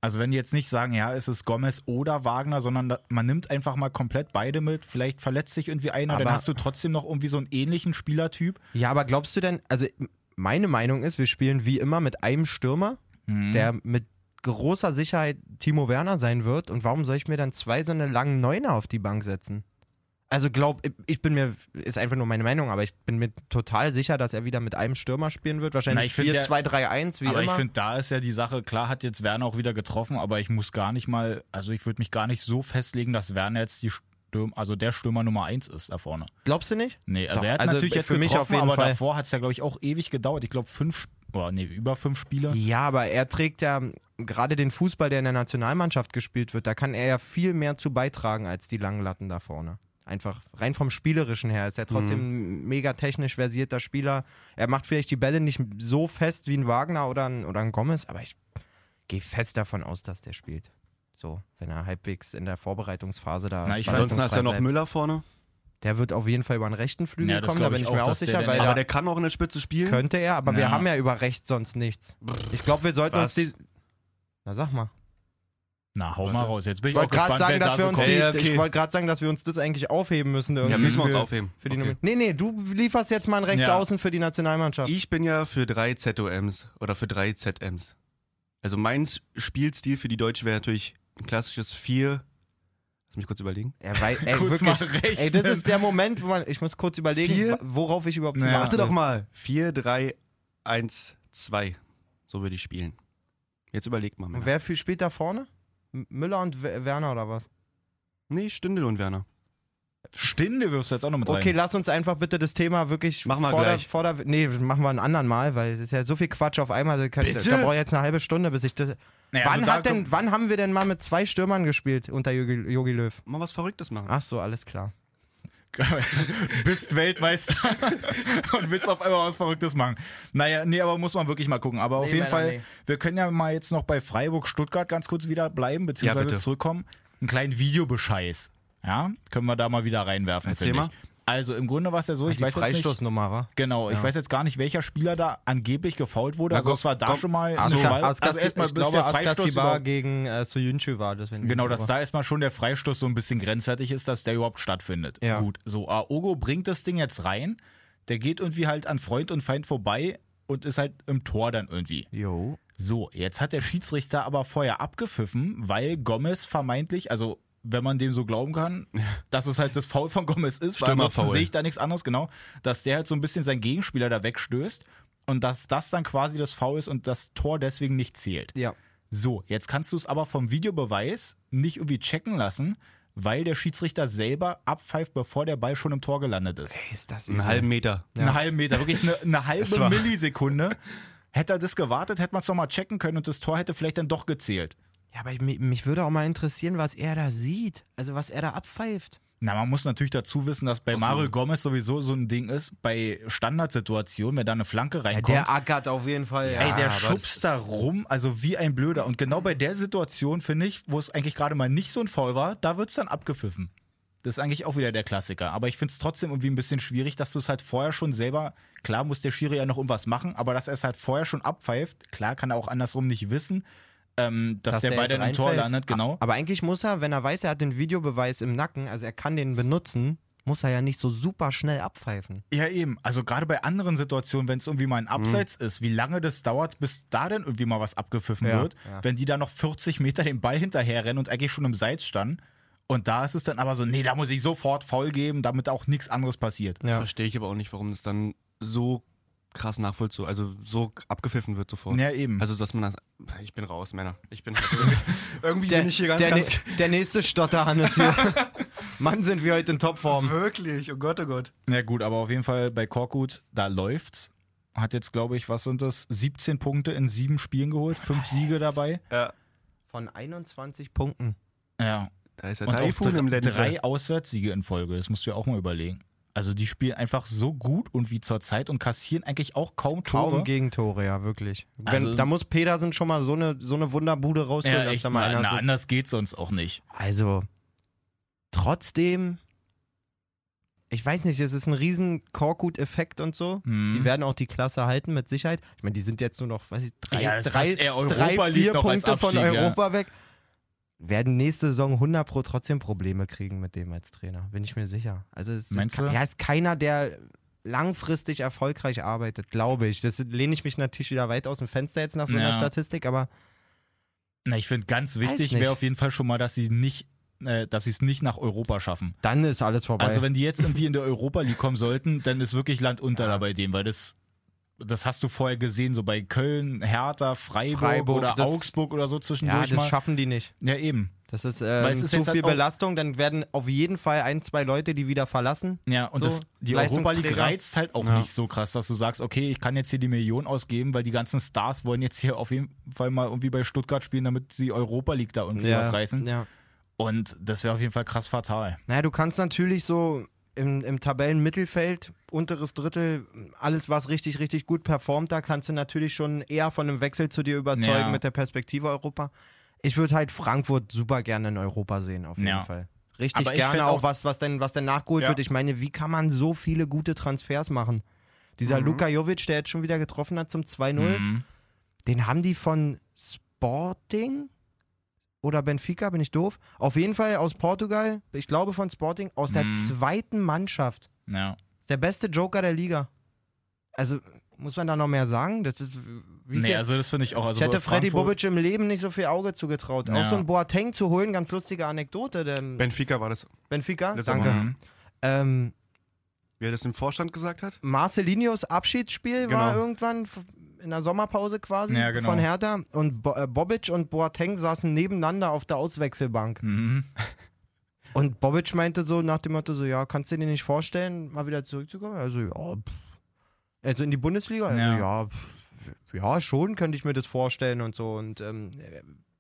Speaker 3: Also wenn die jetzt nicht sagen, ja, es ist Gomez oder Wagner, sondern da, man nimmt einfach mal komplett beide mit. Vielleicht verletzt sich irgendwie einer, dann
Speaker 5: Aber-
Speaker 3: hast du trotzdem noch irgendwie so einen ähnlichen Spielertyp.
Speaker 5: Ja, aber glaubst du denn, also m- meine Meinung ist, wir spielen wie immer mit einem Stürmer,
Speaker 3: Mhm.
Speaker 5: der mit großer Sicherheit Timo Werner sein wird. Und warum soll ich mir dann zwei so eine langen Neuner auf die Bank setzen? Also glaub, ich- ich bin mir, ist einfach nur meine Meinung, aber ich bin mir total sicher, dass er wieder mit einem Stürmer spielen wird.
Speaker 3: Na,
Speaker 5: Wahrscheinlich
Speaker 3: ich find
Speaker 5: 4,
Speaker 3: ja-
Speaker 5: 2, 3, 1, wie
Speaker 3: aber
Speaker 5: immer.
Speaker 3: ich finde, da ist ja die Sache, klar hat jetzt Werner auch wieder getroffen, aber ich muss gar nicht mal, also ich würde mich gar nicht so festlegen, dass Werner jetzt die Stürm, also der Stürmer Nummer eins ist da vorne.
Speaker 5: Glaubst du nicht?
Speaker 3: Nee, also
Speaker 5: Doch,
Speaker 3: er hat
Speaker 5: also
Speaker 3: natürlich jetzt
Speaker 5: für mich
Speaker 3: getroffen,
Speaker 5: auf jeden
Speaker 3: aber
Speaker 5: Fall.
Speaker 3: davor hat es ja, glaube ich, auch ewig gedauert. Ich glaube, fünf, Sp- oder nee, über fünf Spiele.
Speaker 5: Ja, aber er trägt ja gerade den Fußball, der in der Nationalmannschaft gespielt wird, da kann er ja viel mehr zu beitragen als die langen Latten da vorne. Einfach rein vom Spielerischen her ist er trotzdem
Speaker 3: Mhm.
Speaker 5: ein mega technisch versierter Spieler. Er macht vielleicht die Bälle nicht so fest wie ein Wagner oder ein, oder ein Gomez, aber ich gehe fest davon aus, dass der spielt. So, wenn er halbwegs in der Vorbereitungsphase da.
Speaker 3: Na, ich weiß-
Speaker 4: Ansonsten hast du ja noch
Speaker 5: verletzungsfrei bleibt.
Speaker 4: Müller vorne.
Speaker 5: Der wird auf jeden Fall über den rechten Flügel
Speaker 3: Ja, das
Speaker 5: kommen, da
Speaker 3: glaub
Speaker 5: bin
Speaker 3: ich
Speaker 5: ich
Speaker 3: auch,
Speaker 5: mir auch
Speaker 3: dass der
Speaker 5: sicher,
Speaker 3: den-
Speaker 5: weil
Speaker 3: Ja.
Speaker 4: Aber
Speaker 5: da
Speaker 4: der kann auch in der Spitze spielen.
Speaker 5: könnte er, aber wir
Speaker 3: Ja.
Speaker 5: haben Hm? ja über rechts sonst nichts. Ich glaube, wir sollten
Speaker 4: Was?
Speaker 5: uns die. Na sag mal.
Speaker 3: Na, hau mal raus. Jetzt bin ich,
Speaker 5: Ich wollte
Speaker 3: auch
Speaker 5: gerade
Speaker 3: gespannt,
Speaker 5: sagen,
Speaker 3: wer da
Speaker 5: dass wir
Speaker 3: so
Speaker 5: uns
Speaker 3: kommt.
Speaker 5: die,
Speaker 4: Ja, okay.
Speaker 5: ich wollte gerade sagen, dass wir uns das eigentlich aufheben müssen.
Speaker 4: ja,
Speaker 5: irgendwie
Speaker 4: müssen wir uns
Speaker 5: für-
Speaker 4: aufheben.
Speaker 5: Für die
Speaker 4: Okay.
Speaker 5: Nomi- Nee, nee, du lieferst jetzt mal einen Rechtsaußen für die Nationalmannschaft.
Speaker 4: Ich bin ja für drei ZOMs oder für drei ZMs. Also mein S- Spielstil für die Deutschen wäre natürlich ein klassisches 4. Lass mich kurz überlegen.
Speaker 5: Er wei- ey,
Speaker 3: Kurz mal rechnen.
Speaker 5: ey, das ist der Moment, wo man, ich muss kurz überlegen,
Speaker 4: Vier?
Speaker 5: wa- worauf ich überhaupt
Speaker 3: Na,
Speaker 5: hinaus
Speaker 4: Warte
Speaker 5: will.
Speaker 4: doch mal. 4, 3, 1, 2. So würde ich spielen. Jetzt überlegt mal.
Speaker 5: Und
Speaker 4: Männer.
Speaker 5: wer viel spielt da vorne? M- Müller und W- Werner oder was?
Speaker 4: Nee, Stindel und Werner.
Speaker 3: Stinde wirfst du jetzt auch noch mit
Speaker 5: Okay,
Speaker 3: rein.
Speaker 5: lass uns einfach bitte das Thema wirklich
Speaker 4: Mach mal
Speaker 5: vor
Speaker 4: gleich.
Speaker 5: Der, vor der, nee, machen wir ein andern Mal, weil das ist ja so viel Quatsch auf einmal. Da, kann,
Speaker 4: Bitte?
Speaker 5: da brauche ich jetzt eine halbe Stunde, bis ich das.
Speaker 3: Naja,
Speaker 5: wann,
Speaker 3: also da
Speaker 5: hat denn,
Speaker 3: kommt-
Speaker 5: wann haben wir denn mal mit zwei Stürmern gespielt unter Jogi, Jogi Löw?
Speaker 4: Mal was Verrücktes machen.
Speaker 3: Ah,
Speaker 5: Ach so, alles klar.
Speaker 3: also, bist Weltmeister und willst auf einmal was Verrücktes machen. Naja, nee, aber muss man wirklich mal gucken. Aber auf
Speaker 5: Nee,
Speaker 3: jeden
Speaker 5: leider
Speaker 3: Fall,
Speaker 5: nee.
Speaker 3: wir können ja mal jetzt noch bei Freiburg-Stuttgart ganz kurz wieder bleiben, beziehungsweise
Speaker 4: bitte.
Speaker 3: zurückkommen. Einen kleinen Videobescheiß. Ja, können wir da mal wieder reinwerfen,
Speaker 4: Erzähl
Speaker 3: finde
Speaker 4: mal. Halt
Speaker 3: ich. Also im Grunde war es ja so, ich
Speaker 5: Die
Speaker 3: weiß jetzt nicht,
Speaker 5: Freistoßnummer, wa?
Speaker 3: Genau, ich weiß jetzt gar nicht, welcher Spieler da angeblich gefault wurde. also
Speaker 4: komm,
Speaker 3: es war da
Speaker 4: komm.
Speaker 3: schon mal
Speaker 5: Also,
Speaker 3: ein Fall.
Speaker 5: also
Speaker 3: Also erstmal
Speaker 5: ich
Speaker 3: bis
Speaker 5: glaube,
Speaker 3: der Freistoß
Speaker 5: Askasiba
Speaker 3: überhaupt-
Speaker 5: gegen äh, Soyuncu war das. Wenn
Speaker 3: Genau,
Speaker 5: ich mich
Speaker 3: dass da erstmal schon der Freistoß so ein bisschen grenzwertig ist, dass der überhaupt stattfindet.
Speaker 5: Ja.
Speaker 3: Gut, so Aogo bringt das Ding jetzt rein. Der geht irgendwie halt an Freund und Feind vorbei und ist halt im Tor dann irgendwie.
Speaker 5: Jo.
Speaker 3: So, jetzt hat der Schiedsrichter aber vorher abgepfiffen, weil Gomez vermeintlich, also wenn man dem so glauben kann, dass es halt das Foul von Gomez ist, weil
Speaker 4: Stürmerfoul.
Speaker 3: ansonsten sehe ich da nichts anderes, genau, dass der halt so ein bisschen seinen Gegenspieler da wegstößt und dass das dann quasi das Foul ist und das Tor deswegen nicht zählt.
Speaker 5: Ja.
Speaker 3: So, jetzt kannst du es aber vom Videobeweis nicht irgendwie checken lassen, weil der Schiedsrichter selber abpfeift, bevor der Ball schon im Tor gelandet ist.
Speaker 5: Ist das
Speaker 4: Einen halben Meter.
Speaker 3: Einen halben Meter, wirklich eine, eine halbe Millisekunde. Hätte er das gewartet, hätte man es nochmal checken können und das Tor hätte vielleicht dann doch gezählt.
Speaker 5: Ja, aber ich, mich, mich würde auch mal interessieren, was er da sieht. Also, was er da abpfeift.
Speaker 3: Na, man muss natürlich dazu wissen, dass bei Mario Gomez sowieso so ein Ding ist, bei Standardsituationen, wenn da eine Flanke reinkommt,
Speaker 5: Der ackert auf jeden Fall. Ja,
Speaker 3: Ey, der
Speaker 5: aber
Speaker 3: schubst da rum, also wie ein Blöder. Und genau bei der Situation, finde ich, wo es eigentlich gerade mal nicht so ein Foul war, da wird es dann abgepfiffen. Das ist eigentlich auch wieder der Klassiker. Aber ich finde es trotzdem irgendwie ein bisschen schwierig, dass du es halt vorher schon selber, klar muss der Schiri ja noch irgendwas machen, aber dass er es halt vorher schon abpfeift, klar kann er auch andersrum nicht wissen, ähm, dass, der, bei
Speaker 5: jetzt
Speaker 3: dann im Tor
Speaker 5: reinfällt. Ah,
Speaker 3: landet, genau.
Speaker 5: A- Aber eigentlich muss er, wenn er weiß, er hat den Videobeweis im Nacken, also er kann den benutzen, muss er ja nicht so super schnell abpfeifen.
Speaker 3: Ja, eben. Also gerade bei anderen Situationen, wenn es irgendwie
Speaker 5: Mhm.
Speaker 3: mal ein Abseits ist, wie lange das dauert, bis da denn irgendwie mal was abgepfiffen
Speaker 5: Ja.
Speaker 3: wird,
Speaker 5: Ja.
Speaker 3: wenn die da noch 40 Meter den Ball hinterherrennen und eigentlich schon im Seits standen. Und da ist es dann aber so, nee, da muss ich sofort faul geben, damit auch nichts anderes passiert.
Speaker 5: Ja.
Speaker 4: Verstehe ich aber auch nicht, warum das dann so krass nachvollzogen, also so abgepfiffen wird sofort.
Speaker 3: Ja, eben.
Speaker 4: Also, dass man das. Ich bin raus, Männer. Ich bin. halt irgendwie bin ich hier ganz,
Speaker 5: der,
Speaker 4: ganz.
Speaker 3: ne-
Speaker 5: nä- der nächste Stotterhannes hier. Mann, sind wir heute in Topform.
Speaker 4: Wirklich, oh Gott, oh Gott.
Speaker 3: Na gut, aber auf jeden Fall bei Korkut, da läuft's. Hat jetzt, glaube ich, was sind das? 17 Punkte in sieben Spielen geholt, fünf Siege dabei.
Speaker 5: Von 21 Punkten.
Speaker 3: Ja.
Speaker 4: Da ist der
Speaker 3: Und auch
Speaker 4: Taifun im
Speaker 3: dr
Speaker 4: Ländle.
Speaker 3: drei Auswärtssiege in Folge, das musst du ja auch mal überlegen. Also die spielen einfach so gut und wie zur Zeit und kassieren eigentlich auch kaum Tore.
Speaker 5: Kaum Gegentore, ja, wirklich. Wenn,
Speaker 3: Also-
Speaker 5: da muss Pedersen schon mal so eine, so eine Wunderbude rausholen,
Speaker 3: ja, echt,
Speaker 5: da mal
Speaker 3: na, na,
Speaker 5: einer sitzt.
Speaker 3: anders geht's uns auch nicht.
Speaker 5: Also, trotzdem, ich weiß nicht, es ist ein riesen Korkut-Effekt und so.
Speaker 3: Hm.
Speaker 5: Die werden auch die Klasse halten, mit Sicherheit. Ich meine, die sind jetzt nur noch, weiß ich, drei,
Speaker 3: Ja, das ist
Speaker 5: drei,
Speaker 3: fast eher Europa
Speaker 5: drei
Speaker 3: League
Speaker 5: vier
Speaker 3: noch als
Speaker 5: Punkte von
Speaker 3: Abstieg, ja.
Speaker 5: Europa weg. Werden nächste Saison 100 Pro trotzdem Probleme kriegen mit dem als Trainer, bin ich mir sicher. Also, es
Speaker 3: Meinst
Speaker 5: ist, ke-
Speaker 3: du?
Speaker 5: Ja, ist keiner, der langfristig erfolgreich arbeitet, glaube ich. Das lehne ich mich natürlich wieder weit aus dem Fenster jetzt nach so einer
Speaker 3: Ja.
Speaker 5: Statistik, aber
Speaker 3: Na, ich finde ganz
Speaker 5: Weiß
Speaker 3: wichtig
Speaker 5: nicht.
Speaker 3: wäre auf jeden Fall schon mal, dass sie nicht, äh, dass sie es nicht nach Europa schaffen.
Speaker 5: dann ist alles vorbei.
Speaker 3: Also wenn die jetzt irgendwie in der Europa League kommen sollten, dann ist wirklich Land unter da bei denen, weil das das hast du vorher gesehen, so bei Köln, Hertha, Freiburg,
Speaker 5: Freiburg,
Speaker 3: oder
Speaker 5: das-
Speaker 3: Augsburg oder so
Speaker 5: ja,
Speaker 3: zwischendurch
Speaker 5: das
Speaker 3: mal.
Speaker 5: schaffen die nicht.
Speaker 3: Ja, eben.
Speaker 5: Das ist, ähm,
Speaker 3: Weil es ist
Speaker 5: zu
Speaker 3: jetzt
Speaker 5: viel
Speaker 3: halt auch-
Speaker 5: Belastung, dann werden auf jeden Fall ein, zwei Leute, die wieder verlassen.
Speaker 3: Ja, und
Speaker 5: So,
Speaker 3: das, die Europa League
Speaker 5: Leistungsträger.
Speaker 3: reizt halt auch nicht so krass, dass du sagst, okay, ich kann jetzt hier die Million ausgeben, weil die ganzen Stars wollen jetzt hier auf jeden Fall mal irgendwie bei Stuttgart spielen, damit sie Europa League da irgendwie was reißen.
Speaker 5: Ja.
Speaker 3: Und das wäre auf jeden Fall krass fatal.
Speaker 5: Naja, du kannst natürlich so im, im Tabellenmittelfeld, unteres Drittel, alles, was richtig, richtig gut performt, da kannst du natürlich schon eher von einem Wechsel zu dir überzeugen
Speaker 3: Ja.
Speaker 5: mit der Perspektive Europa. Ich würde halt Frankfurt super gerne in Europa sehen, auf jeden
Speaker 3: Ja.
Speaker 5: Fall. Richtig
Speaker 3: Aber ich
Speaker 5: gerne
Speaker 3: find
Speaker 5: auch,
Speaker 3: auch-
Speaker 5: was, was denn, was denn nachgeholt
Speaker 4: Ja.
Speaker 5: wird. Ich meine, wie kann man so viele gute Transfers machen? Dieser Luka Jovic, der jetzt schon wieder getroffen hat zum 2-0,
Speaker 3: Mhm.
Speaker 5: Den haben die von Sporting oder Benfica, bin ich doof. Auf jeden Fall aus Portugal, ich glaube von Sporting, aus der
Speaker 3: Mhm.
Speaker 5: zweiten Mannschaft.
Speaker 3: Ja.
Speaker 5: Ist Der beste Joker der Liga. Also, muss man da noch mehr sagen? Das ist wie
Speaker 3: Nee,
Speaker 5: viel?
Speaker 3: also das finde ich auch. Also
Speaker 5: ich hätte Freddy
Speaker 3: Frankfurt-
Speaker 5: Bobic im Leben nicht so viel Auge zugetraut.
Speaker 3: Ja.
Speaker 5: Auch so ein Boateng zu holen, ganz lustige Anekdote. Denn
Speaker 4: Benfica war das,
Speaker 5: Benfica,
Speaker 4: Letzter
Speaker 5: danke.
Speaker 3: Mhm.
Speaker 5: Ähm,
Speaker 4: wie er das im Vorstand gesagt hat.
Speaker 5: Marcelinos Abschiedsspiel war
Speaker 4: Genau.
Speaker 5: irgendwann f- in der Sommerpause quasi
Speaker 3: Ja, genau.
Speaker 5: von Hertha und Bo äh, Bobic und Boateng saßen nebeneinander auf der Auswechselbank.
Speaker 3: Mhm.
Speaker 5: Und Bobic meinte so nach dem Motto so, ja, kannst du dir nicht vorstellen, mal wieder zurückzukommen? Also, ja, pff. Also in die Bundesliga? Also, ja,
Speaker 3: Ja.
Speaker 5: pff, ja, schon könnte ich mir das vorstellen und so. Und ähm,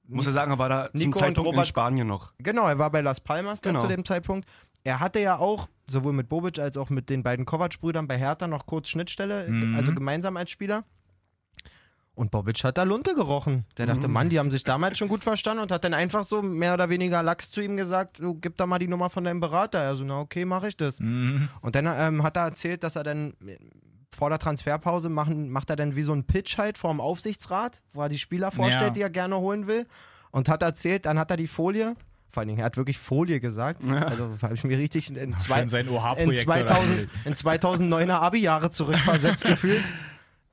Speaker 4: Muss er sagen, er war da
Speaker 5: Nico
Speaker 4: zum
Speaker 5: und
Speaker 4: Zeitpunkt in
Speaker 5: Robert-
Speaker 4: Spanien noch.
Speaker 5: Genau, er war bei Las Palmas dann
Speaker 4: Genau.
Speaker 5: zu dem Zeitpunkt. Er hatte ja auch, sowohl mit Bobic als auch mit den beiden Kovac-Brüdern bei Hertha noch kurz Schnittstelle, also gemeinsam als Spieler. Und Bobic hat da Lunte gerochen. Der dachte, Mann, die haben sich damals schon gut verstanden und hat dann einfach so mehr oder weniger lax zu ihm gesagt, du gib da mal die Nummer von deinem Berater. Also, na okay, mache ich das. Und dann ähm, hat er erzählt, dass er dann äh, vor der Transferpause machen, macht er dann wie so einen Pitch halt vor dem Aufsichtsrat, wo er die Spieler vorstellt,
Speaker 3: Ja.
Speaker 5: die er gerne holen will. Und hat erzählt, dann hat er die Folie, vor allen Dingen, er hat wirklich Folie gesagt. Also habe ich mir richtig in, in, zwei,
Speaker 3: Für sein
Speaker 5: in,
Speaker 3: OH-Projekt.
Speaker 5: 2000, in 2009er Abi-Jahre zurückversetzt gefühlt.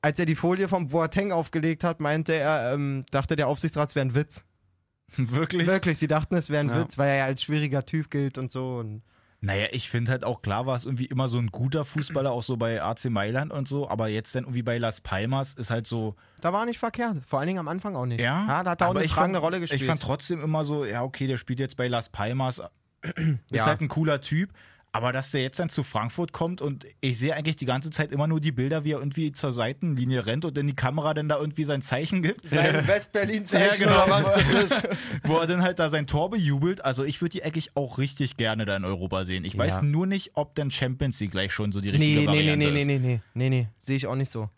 Speaker 5: Als er die Folie von Boateng aufgelegt hat, meinte er, ähm, dachte der Aufsichtsrat, wäre ein Witz.
Speaker 3: Wirklich?
Speaker 5: Wirklich, sie dachten, es wäre ein
Speaker 4: Ja.
Speaker 5: Witz, weil er ja als schwieriger Typ gilt und so. Und
Speaker 3: Naja, ich finde halt auch klar war es irgendwie immer so ein guter Fußballer, auch so bei AC Mailand und so, aber jetzt dann irgendwie bei Las Palmas ist halt so,
Speaker 5: Da war nicht verkehrt. Vor allen Dingen am Anfang auch nicht.
Speaker 3: ja,
Speaker 5: da hat er auch
Speaker 3: aber
Speaker 5: eine
Speaker 3: ich
Speaker 5: tragende
Speaker 3: fand-
Speaker 5: Rolle gespielt.
Speaker 3: Ich fand trotzdem immer so, ja, okay, der spielt jetzt bei Las Palmas, ist
Speaker 5: Ja.
Speaker 3: halt ein cooler Typ, Aber dass der jetzt dann zu Frankfurt kommt und ich sehe eigentlich die ganze Zeit immer nur die Bilder, wie er irgendwie zur Seitenlinie rennt und in die Kamera dann da irgendwie sein Zeichen gibt,
Speaker 7: Sein West-Berlin-Zeichen
Speaker 3: Ja, genau.
Speaker 7: oder was das ist.
Speaker 3: wo er dann halt da sein Tor bejubelt. Also ich würde die eigentlich auch richtig gerne da in Europa sehen. Ich weiß
Speaker 5: Ja.
Speaker 3: nur nicht, ob denn Champions League gleich schon so die richtige
Speaker 5: Nee, nee, nee,
Speaker 3: Variante
Speaker 5: nee, nee,
Speaker 3: ist.
Speaker 5: nee, nee, nee, nee, sehe ich auch nicht so.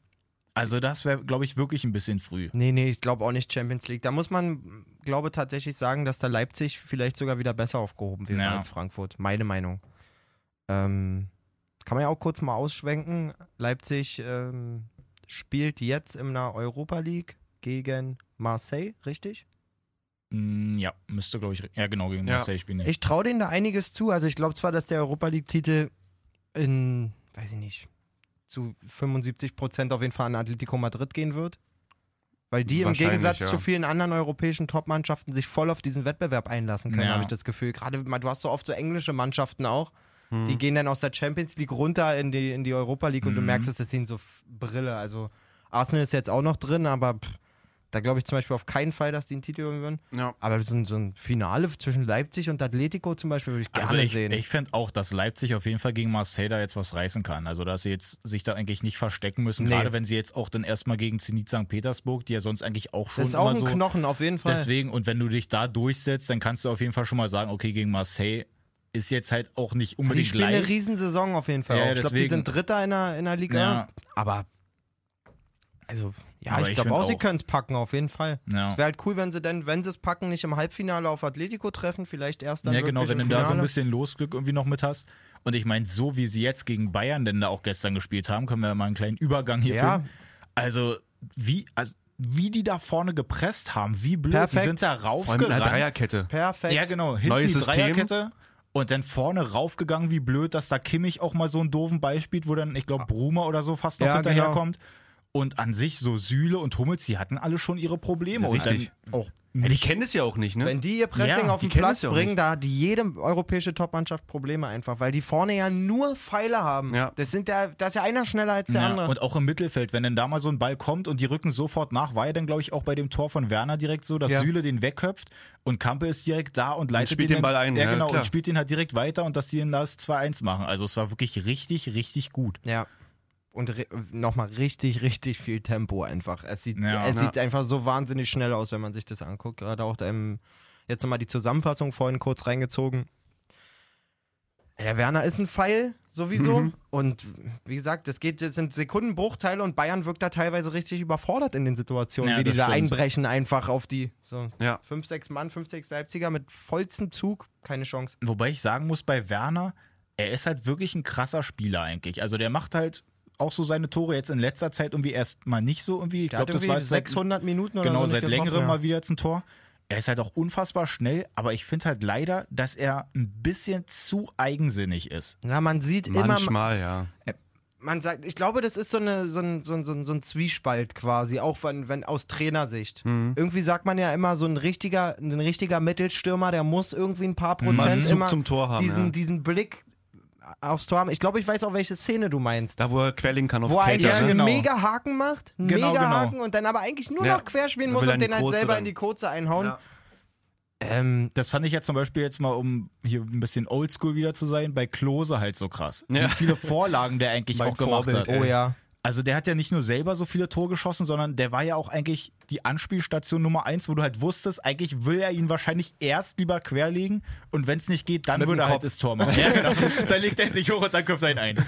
Speaker 3: Also das wäre, glaube ich, wirklich ein bisschen früh.
Speaker 5: Nee, nee, ich glaube auch nicht Champions League. Da muss man, glaube tatsächlich sagen, dass da Leipzig vielleicht sogar wieder besser aufgehoben wäre
Speaker 3: Ja.
Speaker 5: als Frankfurt. Meine Meinung. Ähm, kann man ja auch kurz mal ausschwenken. Leipzig ähm, spielt jetzt in der Europa League gegen Marseille, richtig?
Speaker 3: Mm, ja, müsste, glaube ich, ja genau, gegen
Speaker 4: Ja.
Speaker 3: Marseille spielen.
Speaker 5: Ich traue denen da einiges zu. Also ich glaube zwar, dass der Europa League-Titel in, weiß ich nicht, zu 75 Prozent auf jeden Fall an Atletico Madrid gehen wird. Weil die im
Speaker 4: Wahrscheinlich,
Speaker 5: Gegensatz
Speaker 4: ja.
Speaker 5: zu vielen anderen europäischen Top-Mannschaften sich voll auf diesen Wettbewerb einlassen können,
Speaker 3: Ja.
Speaker 5: habe ich das Gefühl. Gerade, man- du hast so oft so englische Mannschaften auch,
Speaker 4: Hm.
Speaker 5: die gehen dann aus der Champions League runter in die, in die Europa League und du
Speaker 3: Mhm.
Speaker 5: merkst, es ist ihnen so f- Brille. Also Arsenal ist jetzt auch noch drin, aber pff, da glaube ich zum Beispiel auf keinen Fall, dass die einen Titel holen würden.
Speaker 4: Ja.
Speaker 5: Aber so ein, so ein Finale zwischen Leipzig und Atletico zum Beispiel würde ich gerne
Speaker 3: Also ich,
Speaker 5: sehen.
Speaker 3: ich fände auch, dass Leipzig auf jeden Fall gegen Marseille da jetzt was reißen kann. Also dass sie jetzt sich da eigentlich nicht verstecken müssen,
Speaker 5: Nee.
Speaker 3: gerade wenn sie jetzt auch dann erstmal gegen Zenit St. Petersburg, die ja sonst eigentlich auch schon
Speaker 5: das ist auch
Speaker 3: immer
Speaker 5: ein
Speaker 3: so.
Speaker 5: Knochen, auf jeden Fall.
Speaker 3: Deswegen, und wenn du dich da durchsetzt, dann kannst du auf jeden Fall schon mal sagen, okay, gegen Marseille ist jetzt halt auch nicht
Speaker 5: die
Speaker 3: unbedingt
Speaker 5: spielen eine
Speaker 3: leicht.
Speaker 5: Riesensaison auf jeden Fall.
Speaker 3: Ja,
Speaker 5: auch. ich glaube, die
Speaker 3: deswegen-
Speaker 5: sind Dritter in der, in der Liga.
Speaker 3: Ja.
Speaker 5: Aber, also, ja,
Speaker 3: Aber
Speaker 5: ich
Speaker 3: ich
Speaker 5: glaube
Speaker 3: find
Speaker 5: auch, sie
Speaker 3: auch-
Speaker 5: können es packen, auf jeden Fall.
Speaker 3: Ja.
Speaker 5: Es wäre halt cool, wenn sie denn, wenn sie es packen, nicht im Halbfinale auf Atletico treffen, vielleicht erst dann
Speaker 3: ja, genau,
Speaker 5: wirklich
Speaker 3: wenn du
Speaker 5: im
Speaker 3: da so ein
Speaker 5: Finale.
Speaker 3: bisschen Losglück irgendwie noch mit hast. Und ich meine, so wie sie jetzt gegen Bayern denn da auch gestern gespielt haben, können wir mal einen kleinen Übergang hier
Speaker 5: Ja.
Speaker 3: finden. Also, wie, also, wie die da vorne gepresst haben, wie blöd,
Speaker 5: Perfekt.
Speaker 3: die sind da
Speaker 4: Vor allem in einer
Speaker 3: raufgerannt.
Speaker 4: Dreierkette.
Speaker 5: Perfekt.
Speaker 3: Ja, genau, hinten
Speaker 4: Neues
Speaker 3: die
Speaker 4: System.
Speaker 3: Dreierkette. Und dann vorne raufgegangen, wie blöd, dass da Kimmich auch mal so einen doofen Ball spielt, wo dann, ich glaube, Brumer oder so fast noch
Speaker 5: Ja,
Speaker 4: genau.
Speaker 3: hinterherkommt. Und an sich so Süle und Hummels, die hatten alle schon ihre Probleme. und dann
Speaker 4: Richtig.
Speaker 3: auch
Speaker 4: Ja, die kennen es ja auch nicht, ne?
Speaker 5: Wenn die ihr Pressing
Speaker 3: Ja,
Speaker 5: auf
Speaker 4: die
Speaker 5: den
Speaker 4: kennen
Speaker 5: Platz
Speaker 4: es ja auch
Speaker 5: bringen,
Speaker 4: nicht.
Speaker 5: da hat jede europäische Topmannschaft Probleme einfach, weil die vorne ja nur Pfeile haben.
Speaker 4: Ja.
Speaker 5: Das sind der, da ist ja einer schneller als der
Speaker 3: Ja,
Speaker 5: andere.
Speaker 3: Und auch im Mittelfeld, wenn dann da mal so ein Ball kommt und die rücken sofort nach, war ja dann, glaube ich, auch bei dem Tor von Werner direkt so, dass
Speaker 5: Ja.
Speaker 3: Süle den wegköpft und Kampe ist direkt da und leitet
Speaker 4: spielt den
Speaker 3: dann-
Speaker 4: Ball ein,
Speaker 3: Ja,
Speaker 4: ja,
Speaker 3: genau,
Speaker 4: klar.
Speaker 3: und spielt den halt direkt weiter und dass die dann das 2-1 machen. Also es war wirklich richtig, richtig gut.
Speaker 5: ja. Und nochmal richtig, richtig viel Tempo einfach. Es sieht,
Speaker 3: Ja. ne?
Speaker 5: es
Speaker 4: Ja.
Speaker 5: sieht einfach so wahnsinnig schnell aus, wenn man sich das anguckt. Gerade auch ähm, jetzt nochmal die Zusammenfassung vorhin kurz reingezogen. Der Werner ist ein Pfeil, sowieso.
Speaker 3: Mhm.
Speaker 5: Und wie gesagt, das, geht, das sind Sekundenbruchteile und Bayern wirkt da teilweise richtig überfordert in den Situationen,
Speaker 3: Ja,
Speaker 5: wie die
Speaker 3: das
Speaker 5: da
Speaker 3: stimmt.
Speaker 5: einbrechen, einfach auf die. So,
Speaker 4: ja.
Speaker 5: fünf, sechs Mann, fünf, sechs Leipziger mit vollstem Zug, keine Chance.
Speaker 3: Wobei ich sagen muss, bei Werner, er ist halt wirklich ein krasser Spieler eigentlich. Also der macht halt auch so seine Tore jetzt in letzter Zeit irgendwie erst mal nicht so irgendwie. Ich
Speaker 5: Der
Speaker 3: glaube,
Speaker 5: hat
Speaker 3: das
Speaker 5: irgendwie
Speaker 3: war jetzt seit-
Speaker 5: 600 Minuten oder
Speaker 3: Genau,
Speaker 5: so nicht
Speaker 3: seit
Speaker 5: getroffen,
Speaker 3: längerem
Speaker 5: ja.
Speaker 3: mal wieder jetzt ein Tor. Er ist halt auch unfassbar schnell, aber ich finde halt leider, dass er ein bisschen zu eigensinnig ist.
Speaker 5: Ja, man sieht immer,
Speaker 4: Manchmal, ja.
Speaker 5: man sagt, ich glaube, das ist so, eine, so, ein, so, ein, so ein- so ein Zwiespalt quasi, auch wenn, wenn aus Trainersicht.
Speaker 4: Mhm.
Speaker 5: Irgendwie sagt man ja immer, so ein richtiger, ein richtiger Mittelstürmer, der muss irgendwie ein paar
Speaker 4: Man
Speaker 5: Prozent
Speaker 4: Zug
Speaker 5: immer
Speaker 4: zum Tor haben.
Speaker 5: diesen,
Speaker 4: ja.
Speaker 5: diesen Blick aufs Tor haben. Ich glaube, ich weiß auch, welche Szene du meinst.
Speaker 4: Da, wo er querlegen kann auf ne?
Speaker 5: Wo er
Speaker 4: Kate.
Speaker 5: eigentlich
Speaker 3: Ja,
Speaker 5: einen
Speaker 3: genau.
Speaker 5: mega Haken macht, einen
Speaker 3: Genau,
Speaker 5: mega
Speaker 3: genau.
Speaker 5: Haken und dann aber eigentlich nur
Speaker 4: Ja.
Speaker 5: noch querspielen
Speaker 4: Dann
Speaker 5: muss
Speaker 4: will er
Speaker 5: und
Speaker 4: in die
Speaker 5: den halt
Speaker 4: Kurze
Speaker 5: selber
Speaker 4: dann.
Speaker 5: in die Kurze einhauen.
Speaker 4: Ja.
Speaker 5: Ähm,
Speaker 3: Das fand ich ja zum Beispiel jetzt mal, um hier ein bisschen oldschool wieder zu sein, bei Klose halt so krass.
Speaker 4: Ja.
Speaker 3: Wie viele Vorlagen der eigentlich
Speaker 4: Mein
Speaker 3: auch gemacht
Speaker 4: Vorbild,
Speaker 3: hat.
Speaker 5: oh ja.
Speaker 3: Also der hat ja nicht nur selber so viele Tore geschossen, sondern der war ja auch eigentlich die Anspielstation Nummer eins, wo du halt wusstest, eigentlich will er ihn wahrscheinlich erst lieber querlegen und wenn es nicht geht, dann
Speaker 4: Mit dem
Speaker 3: würde er
Speaker 4: Kopf.
Speaker 3: halt das Tor machen. Ja, genau. dann legt er sich hoch und dann köpft er ihn ein.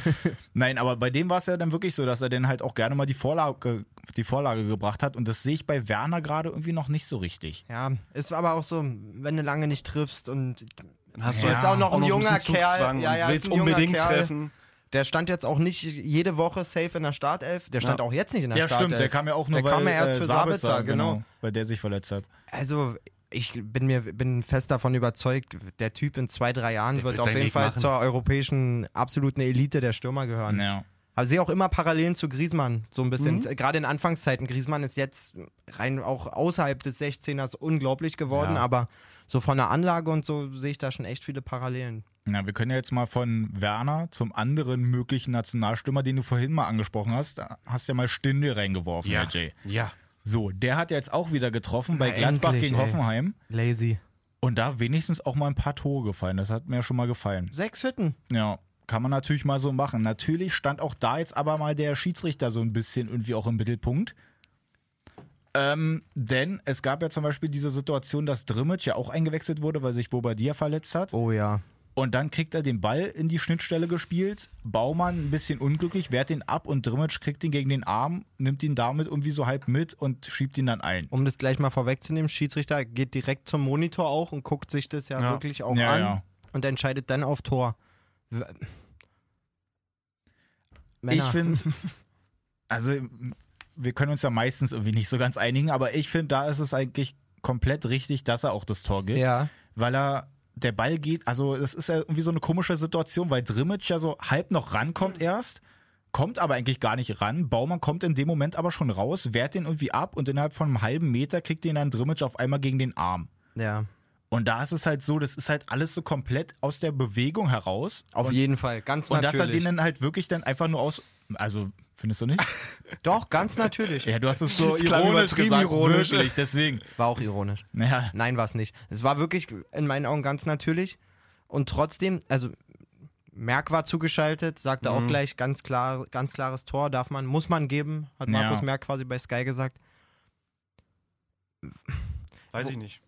Speaker 3: Nein, aber bei dem war es ja dann wirklich so, dass er dann halt auch gerne mal die Vorlage, die Vorlage gebracht hat und das sehe ich bei Werner gerade irgendwie noch nicht so richtig.
Speaker 5: Ja, ist aber auch so, wenn du lange nicht triffst und
Speaker 4: Dann hast
Speaker 5: Ja. Ist auch noch ein junger
Speaker 4: bisschen
Speaker 5: Kerl.
Speaker 4: Zugzwang
Speaker 5: Ja, ja,
Speaker 4: und
Speaker 5: ist
Speaker 4: willst
Speaker 5: ein junger
Speaker 4: unbedingt
Speaker 5: Kerl.
Speaker 4: treffen.
Speaker 5: der stand jetzt auch nicht jede Woche safe in der Startelf. Der stand
Speaker 4: Ja.
Speaker 5: auch jetzt nicht in der
Speaker 3: ja,
Speaker 5: Startelf.
Speaker 3: stimmt, der kam ja auch nur,
Speaker 5: Der
Speaker 3: weil
Speaker 5: kam ja erst
Speaker 3: äh,
Speaker 5: für
Speaker 3: Sabitzer,
Speaker 5: Sabitzer, genau.
Speaker 3: weil der sich verletzt hat.
Speaker 5: Also, ich bin mir bin fest davon überzeugt, der Typ in zwei, drei Jahren wird
Speaker 4: wird
Speaker 5: auf
Speaker 4: seinen
Speaker 5: jeden
Speaker 4: Weg
Speaker 5: Fall
Speaker 4: machen.
Speaker 5: zur europäischen absoluten Elite der Stürmer gehören.
Speaker 3: Ja.
Speaker 5: Also sehe auch immer Parallelen zu Griesmann, so ein bisschen.
Speaker 4: Mhm.
Speaker 5: Gerade in Anfangszeiten. Griesmann ist jetzt rein auch außerhalb des 16ers unglaublich geworden,
Speaker 4: Ja.
Speaker 5: aber so von der Anlage und so sehe ich da schon echt viele Parallelen.
Speaker 3: Na, wir können ja jetzt mal von Werner zum anderen möglichen Nationalstürmer, den du vorhin mal angesprochen hast, da hast ja mal Stindel reingeworfen, Herr Jay.
Speaker 4: ja.
Speaker 3: So, der hat ja jetzt auch wieder getroffen bei
Speaker 5: Na,
Speaker 3: Gladbach
Speaker 5: endlich,
Speaker 3: gegen
Speaker 5: ey.
Speaker 3: Hoffenheim.
Speaker 5: Lazy.
Speaker 3: Und da wenigstens auch mal ein paar Tore gefallen. Das hat mir ja schon mal gefallen.
Speaker 5: Sechs Hütten.
Speaker 3: Ja, kann man natürlich mal so machen. Natürlich stand auch da jetzt aber mal der Schiedsrichter so ein bisschen irgendwie auch im Mittelpunkt. Ähm, denn es gab ja zum Beispiel diese Situation, dass Drimmitsch ja auch eingewechselt wurde, weil sich Bobadilla verletzt hat.
Speaker 5: Oh ja.
Speaker 3: Und dann kriegt er den Ball in die Schnittstelle gespielt. Baumann ein bisschen unglücklich, wehrt ihn ab und Drimmitsch kriegt ihn gegen den Arm, nimmt ihn damit irgendwie so halb mit und schiebt ihn dann ein.
Speaker 5: Um das gleich mal vorwegzunehmen, Schiedsrichter geht direkt zum Monitor auch und guckt sich das ja,
Speaker 4: Ja.
Speaker 5: wirklich auch
Speaker 3: Ja,
Speaker 5: an
Speaker 3: ja.
Speaker 5: und entscheidet dann auf Tor. W- Männer.
Speaker 3: Ich finde, also wir können uns ja meistens irgendwie nicht so ganz einigen, aber ich finde, da ist es eigentlich komplett richtig, dass er auch das Tor gibt,
Speaker 5: Ja.
Speaker 3: weil er der Ball geht, also es ist ja irgendwie so eine komische Situation, weil Drimmitsch ja so halb noch
Speaker 4: Mhm.
Speaker 3: rankommt erst, kommt aber eigentlich gar nicht ran. Baumann kommt in dem Moment aber schon raus, wehrt den irgendwie ab und innerhalb von einem halben Meter kriegt den dann Drimmitsch auf einmal gegen den Arm.
Speaker 5: Ja.
Speaker 3: Und da ist es halt so, das ist halt alles so komplett aus der Bewegung heraus.
Speaker 5: Auf
Speaker 3: und,
Speaker 5: jeden Fall. Ganz
Speaker 3: Und dass
Speaker 5: natürlich.
Speaker 3: er den dann halt wirklich dann einfach nur aus, also findest du nicht?
Speaker 5: Doch, ganz natürlich.
Speaker 3: Ja, du hast es so
Speaker 4: Das klang
Speaker 3: ironisch
Speaker 4: übertrieben
Speaker 3: gesagt,
Speaker 4: ironisch.
Speaker 3: wirklich, deswegen.
Speaker 5: War auch ironisch.
Speaker 3: Naja,
Speaker 5: Nein, war es nicht. Es war wirklich in meinen Augen ganz natürlich. Und trotzdem, also Merck war zugeschaltet, sagte
Speaker 3: Mhm.
Speaker 5: auch gleich ganz klar, ganz klares Tor, darf man, muss man geben, hat
Speaker 3: Ja.
Speaker 5: Markus Merck quasi bei Sky gesagt.
Speaker 4: Weiß ich nicht.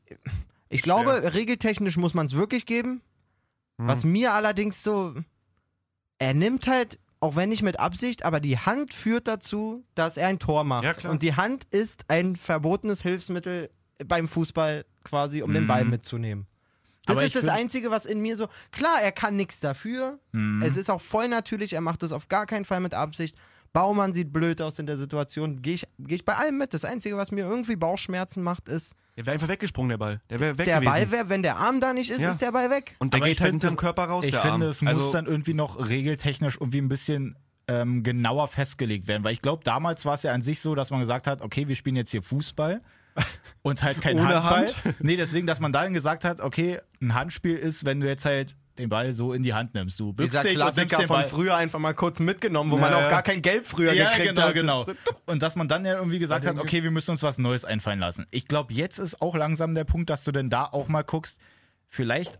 Speaker 5: Ich
Speaker 4: Schwer. Hm.
Speaker 5: glaube, regeltechnisch muss man es wirklich geben. Was mir allerdings so, er nimmt halt, auch wenn nicht mit Absicht, aber die Hand führt dazu, dass er ein Tor macht.
Speaker 4: Ja, klar.
Speaker 5: Und die Hand ist ein verbotenes Hilfsmittel beim Fußball quasi, um den Ball
Speaker 4: Hm.
Speaker 5: mitzunehmen. Das
Speaker 3: Aber ich
Speaker 5: ist das
Speaker 3: find-
Speaker 5: Einzige, was in mir so. Klar, er kann nichts dafür.
Speaker 4: Hm.
Speaker 5: Es ist auch voll natürlich, er macht das auf gar keinen Fall mit Absicht. Baumann sieht blöd aus in der Situation. Gehe ich, geh ich bei allem mit. Das Einzige, was mir irgendwie Bauchschmerzen macht, ist,
Speaker 4: Der wäre einfach weggesprungen, der Ball. Der wäre weg
Speaker 5: der
Speaker 4: gewesen.
Speaker 5: Ball wäre, wenn der Arm da nicht ist,
Speaker 4: Ja.
Speaker 5: ist der Ball weg.
Speaker 4: und der
Speaker 3: Aber
Speaker 4: geht
Speaker 3: ich
Speaker 4: halt
Speaker 3: find,
Speaker 4: hinterm
Speaker 3: das-
Speaker 4: Körper raus,
Speaker 3: ich
Speaker 4: der Arm.
Speaker 3: finde, es muss
Speaker 4: also,
Speaker 3: dann irgendwie noch regeltechnisch irgendwie ein bisschen ähm, genauer festgelegt werden, weil ich glaube, damals war es ja an sich so, dass man gesagt hat, okay, wir spielen jetzt hier Fußball und halt kein
Speaker 4: Ohne
Speaker 3: Handball.
Speaker 4: Hand?
Speaker 3: Nee, deswegen, dass man dann gesagt hat, okay, ein Handspiel ist, wenn du jetzt halt den Ball so in die Hand nimmst. Du bückst
Speaker 5: Dieser
Speaker 3: dich und nimmst
Speaker 5: Klassiker
Speaker 3: den
Speaker 5: von
Speaker 3: Ball.
Speaker 5: früher einfach mal kurz mitgenommen, wo man
Speaker 4: Naja.
Speaker 5: auch gar kein Geld früher
Speaker 3: ja,
Speaker 5: gekriegt
Speaker 3: genau,
Speaker 5: hat.
Speaker 3: genau. Und dass man dann ja irgendwie gesagt hat, okay, wir müssen uns was Neues einfallen lassen. Ich glaube, jetzt ist auch langsam der Punkt, dass du denn da auch mal guckst, vielleicht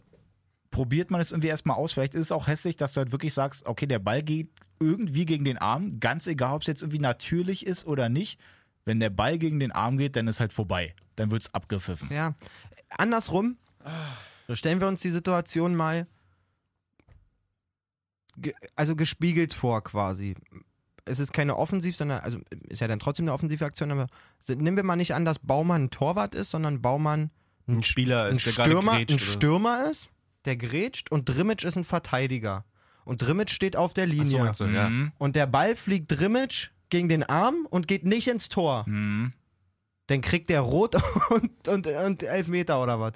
Speaker 3: probiert man es irgendwie erstmal aus. Vielleicht ist es auch hässlich, dass du halt wirklich sagst, okay, der Ball geht irgendwie gegen den Arm, ganz egal, ob es jetzt irgendwie natürlich ist oder nicht. Wenn der Ball gegen den Arm geht, dann ist halt vorbei. Dann wird es abgepfiffen.
Speaker 5: Ja. Andersrum,
Speaker 4: Ah.
Speaker 5: stellen wir uns die Situation mal ge also gespiegelt vor quasi. Es ist keine Offensiv, sondern, also ist ja dann trotzdem eine offensive Aktion, aber sind- nehmen wir mal nicht an, dass Baumann ein Torwart ist, sondern Baumann
Speaker 4: ein Spieler
Speaker 5: ein
Speaker 4: ist, der gerade
Speaker 5: Stürmer,
Speaker 4: grätscht.
Speaker 5: ein
Speaker 4: oder so.
Speaker 5: Stürmer ist, der grätscht und Drimmitsch ist ein Verteidiger. Und Drimmitsch steht auf der
Speaker 4: Ach so,
Speaker 5: Linie.
Speaker 4: meinst du, ja.
Speaker 3: Mhm.
Speaker 5: und der Ball fliegt Drimmitsch gegen den Arm und geht nicht ins Tor.
Speaker 3: Mhm.
Speaker 5: Dann kriegt der rot und, und, und Elfmeter oder was?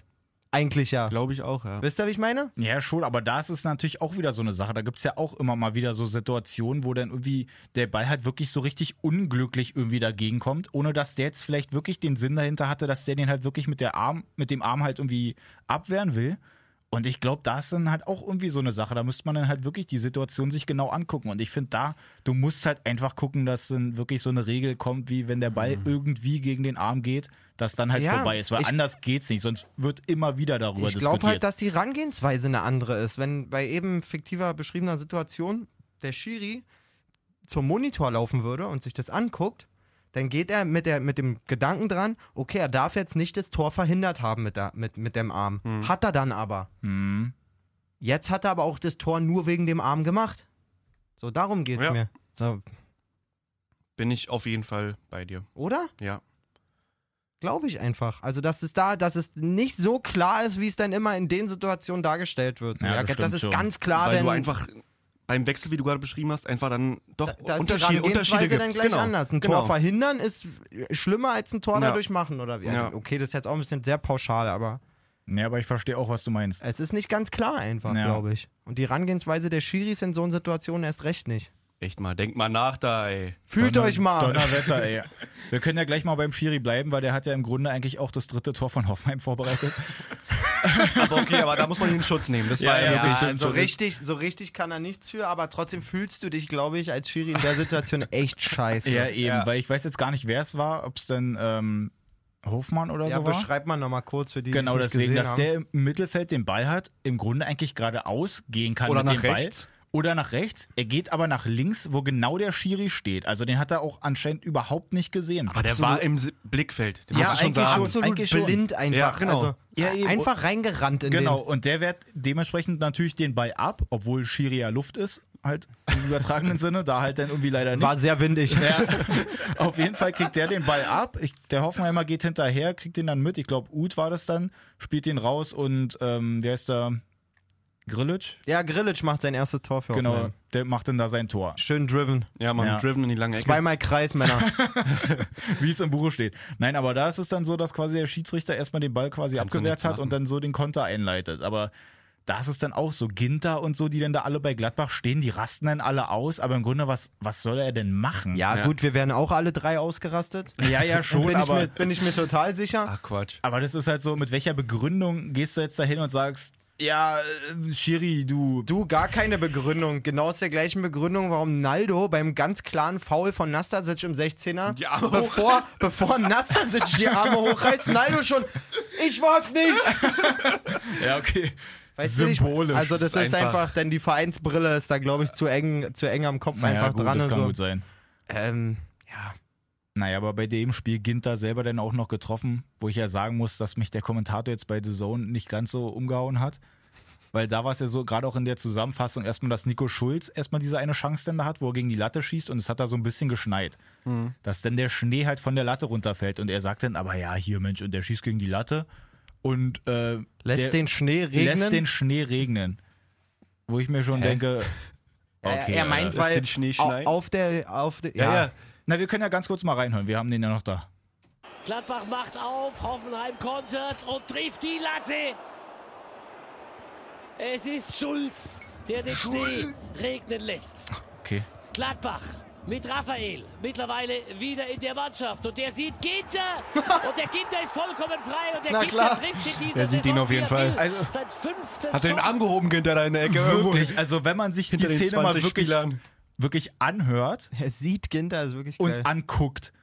Speaker 5: Eigentlich ja.
Speaker 4: Glaube ich auch, ja.
Speaker 5: Wisst ihr, wie ich meine?
Speaker 3: Ja, schon, aber da ist es natürlich auch wieder so eine Sache. Da gibt es ja auch immer mal wieder so Situationen, wo dann irgendwie der Ball halt wirklich so richtig unglücklich irgendwie dagegen kommt, ohne dass der jetzt vielleicht wirklich den Sinn dahinter hatte, dass der den halt wirklich mit, der Arm, mit dem Arm halt irgendwie abwehren will. Und ich glaube, da ist dann halt auch irgendwie so eine Sache. Da müsste man dann halt wirklich die Situation sich genau angucken. Und ich finde da, du musst halt einfach gucken, dass dann wirklich so eine Regel kommt, wie wenn der Ball irgendwie gegen den Arm geht, dass dann halt
Speaker 5: Mhm. Ja,
Speaker 3: vorbei ist. Weil
Speaker 5: ich-
Speaker 3: anders geht's nicht, sonst wird immer wieder darüber
Speaker 5: Ich
Speaker 3: diskutiert.
Speaker 5: glaube halt, dass die Herangehensweise eine andere ist. Wenn bei eben fiktiver beschriebener Situation der Schiri zum Monitor laufen würde und sich das anguckt, dann geht er mit, der, mit dem Gedanken dran, okay, er darf jetzt nicht das Tor verhindert haben mit, der, mit, mit dem Arm. Hat er dann aber.
Speaker 3: Hm.
Speaker 5: Jetzt hat er aber auch das Tor nur wegen dem Arm gemacht. So, darum geht es
Speaker 4: Ja.
Speaker 5: mir. So,
Speaker 4: Bin ich auf jeden Fall bei dir.
Speaker 5: oder?
Speaker 4: Ja.
Speaker 5: Glaube ich einfach. Also, dass es da, dass es nicht so klar ist, wie es dann immer in den Situationen dargestellt wird. So,
Speaker 3: Ja,
Speaker 5: ja,
Speaker 3: das
Speaker 5: das,
Speaker 3: stimmt
Speaker 5: ist
Speaker 3: schon.
Speaker 5: ganz klar,
Speaker 4: Weil
Speaker 5: denn
Speaker 4: du einfach beim Wechsel, wie du gerade beschrieben hast, einfach dann doch
Speaker 5: da ist
Speaker 4: Unterschiede,
Speaker 5: die Herangehensweise
Speaker 4: Unterschiede gibt.
Speaker 5: dann gleich
Speaker 4: genau.
Speaker 5: anders. Ein
Speaker 4: genau.
Speaker 5: Tor verhindern ist schlimmer als ein Tor
Speaker 4: Ja.
Speaker 5: dadurch machen oder wie. Also,
Speaker 4: Ja.
Speaker 5: Okay, das ist jetzt auch ein bisschen sehr pauschal, aber
Speaker 3: Ja, aber ich verstehe auch, was du meinst.
Speaker 5: es ist nicht ganz klar einfach,
Speaker 3: Ja.
Speaker 5: glaube ich. Und die Herangehensweise der Schiris in so einer Situation erst recht nicht.
Speaker 4: Echt mal, denk mal nach da, ey.
Speaker 5: Fühlt euch mal.
Speaker 3: Donnerwetter, ey. Wir können ja gleich mal beim Schiri bleiben, weil der hat ja im Grunde eigentlich auch das dritte Tor von Hoffenheim vorbereitet.
Speaker 4: Aber okay, aber da muss man ihn in Schutz nehmen. Das war ja,
Speaker 3: ja,
Speaker 5: Ja,
Speaker 4: wirklich
Speaker 5: so, richtig, so richtig kann er nichts für, aber trotzdem fühlst du dich, glaube ich, als Schiri in der Situation echt scheiße.
Speaker 3: eben, weil ich weiß jetzt gar nicht, wer es war, ob es denn ähm, Hofmann oder
Speaker 5: Ja,
Speaker 3: so war.
Speaker 5: beschreibt man nochmal kurz für die,
Speaker 3: Genau
Speaker 5: die es nicht gesehen
Speaker 3: deswegen, dass
Speaker 5: haben.
Speaker 3: der im Mittelfeld den Ball hat, im Grunde eigentlich geradeaus gehen kann
Speaker 4: Oder
Speaker 3: mit
Speaker 4: nach
Speaker 3: dem
Speaker 4: rechts.
Speaker 3: Ball. Oder nach rechts. Er geht aber nach links, wo genau der Schiri steht. Also den hat er auch anscheinend überhaupt nicht gesehen.
Speaker 4: Aber der war im Si- Blickfeld. Den
Speaker 3: Ja,
Speaker 4: musst du schon
Speaker 3: eigentlich
Speaker 4: sagen.
Speaker 3: schon.
Speaker 5: absolut
Speaker 3: eigentlich schon.
Speaker 5: blind einfach.
Speaker 4: Ja, genau.
Speaker 5: Also,
Speaker 3: Ja, eben.
Speaker 5: einfach reingerannt in
Speaker 3: Genau, und der wehrt dementsprechend natürlich den Ball ab, obwohl Schiri ja Luft ist, halt im übertragenen Sinne, da halt dann irgendwie leider
Speaker 5: den.
Speaker 3: nicht.
Speaker 5: War sehr windig.
Speaker 3: Ja, auf jeden Fall kriegt der den Ball ab. Ich, der Hoffenheimer geht hinterher, kriegt den dann mit. Ich glaube, Uth war das dann, spielt den raus und ähm, wer ist da? Grillitsch?
Speaker 5: Ja, Grillitsch macht sein erstes Tor für
Speaker 3: Genau,
Speaker 5: Hoffenheim.
Speaker 3: der macht dann da sein Tor.
Speaker 5: Schön driven.
Speaker 4: Ja, man,
Speaker 3: Ja.
Speaker 4: driven in die lange Ecke.
Speaker 5: Zweimal Kreis, Männer.
Speaker 3: wie es im Buche steht. Nein, aber da ist es dann so, dass quasi der Schiedsrichter erstmal den Ball quasi
Speaker 4: Kannst du
Speaker 3: abgewehrt
Speaker 4: nichts
Speaker 3: hat
Speaker 4: machen.
Speaker 3: und dann so den Konter einleitet. Aber da ist es dann auch so, Ginter und so, die dann da alle bei Gladbach stehen, die rasten dann alle aus, aber im Grunde, was, was soll er denn machen?
Speaker 5: Ja,
Speaker 4: Ja.
Speaker 5: gut, wir werden auch alle drei ausgerastet.
Speaker 3: ja, ja, schon,
Speaker 5: bin,
Speaker 3: aber,
Speaker 5: ich mir, bin ich mir total sicher.
Speaker 4: Ach Quatsch.
Speaker 3: aber das ist halt so, mit welcher Begründung gehst du jetzt dahin und sagst, ja, äh, Schiri, du.
Speaker 5: Du, gar keine Begründung. Genau aus der gleichen Begründung, warum Naldo beim ganz klaren Foul von Nastasic im 16er,
Speaker 4: Die Arme
Speaker 5: bevor, bevor Nastasic die Arme hochreißt, Naldo schon, ich war's nicht.
Speaker 3: Ja, okay.
Speaker 5: Weißt du, ich-
Speaker 3: Symbolisch.
Speaker 5: also das ist,
Speaker 4: ist
Speaker 5: einfach,
Speaker 4: einfach-
Speaker 5: denn die Vereinsbrille ist da, glaube ich, zu eng, zu eng am Kopf
Speaker 3: naja,
Speaker 5: einfach
Speaker 3: gut,
Speaker 5: dran.
Speaker 3: das kann
Speaker 5: so.
Speaker 3: gut sein.
Speaker 5: Ähm, ja.
Speaker 3: Naja, aber bei dem Spiel Ginter selber dann auch noch getroffen, wo ich ja sagen muss, dass mich der Kommentator jetzt bei The Zone nicht ganz so umgehauen hat. Weil da war es ja so, gerade auch in der Zusammenfassung, erstmal, dass Nico Schulz erstmal diese eine Chance dann da hat, wo er gegen die Latte schießt und es hat da so ein bisschen geschneit.
Speaker 5: Mhm.
Speaker 3: Dass dann der Schnee halt von der Latte runterfällt und er sagt dann, aber ja, hier Mensch, und der schießt gegen die Latte und äh,
Speaker 5: Lässt
Speaker 3: der
Speaker 5: den Schnee regnen.
Speaker 3: lässt den Schnee regnen. Wo ich mir schon denke,
Speaker 5: Er-
Speaker 3: okay.
Speaker 5: er meint,
Speaker 3: äh,
Speaker 5: weil
Speaker 4: den Schnee
Speaker 5: au-
Speaker 4: schneien?
Speaker 5: auf der, auf der, ja,
Speaker 3: na, wir können ja ganz kurz mal reinhören, wir haben den ja noch da.
Speaker 1: Gladbach macht auf, Hoffenheim kontert und trifft die Latte. Es ist Schulz, der den Schnee regnen lässt.
Speaker 3: Okay.
Speaker 1: Gladbach mit Raphael mittlerweile wieder in der Mannschaft und der sieht Ginter und der Ginter ist vollkommen frei und der
Speaker 5: Na
Speaker 1: Ginter
Speaker 5: klar. Also
Speaker 1: trifft in dieser
Speaker 4: Der sieht
Speaker 1: Saison,
Speaker 4: ihn auf jeden
Speaker 1: wie er will.
Speaker 4: Fall.
Speaker 1: Sein fünftes
Speaker 4: Hat er den
Speaker 1: Tor.
Speaker 4: Arm gehoben hinter deiner Ecke irgendwo
Speaker 3: Wirklich, also wenn man sich die
Speaker 4: hinter den
Speaker 3: Szene mal
Speaker 4: 20
Speaker 3: wirklich,
Speaker 4: Spielern.
Speaker 3: wirklich anhört
Speaker 5: Er sieht Ginter, ist wirklich
Speaker 3: und
Speaker 5: geil.
Speaker 3: anguckt,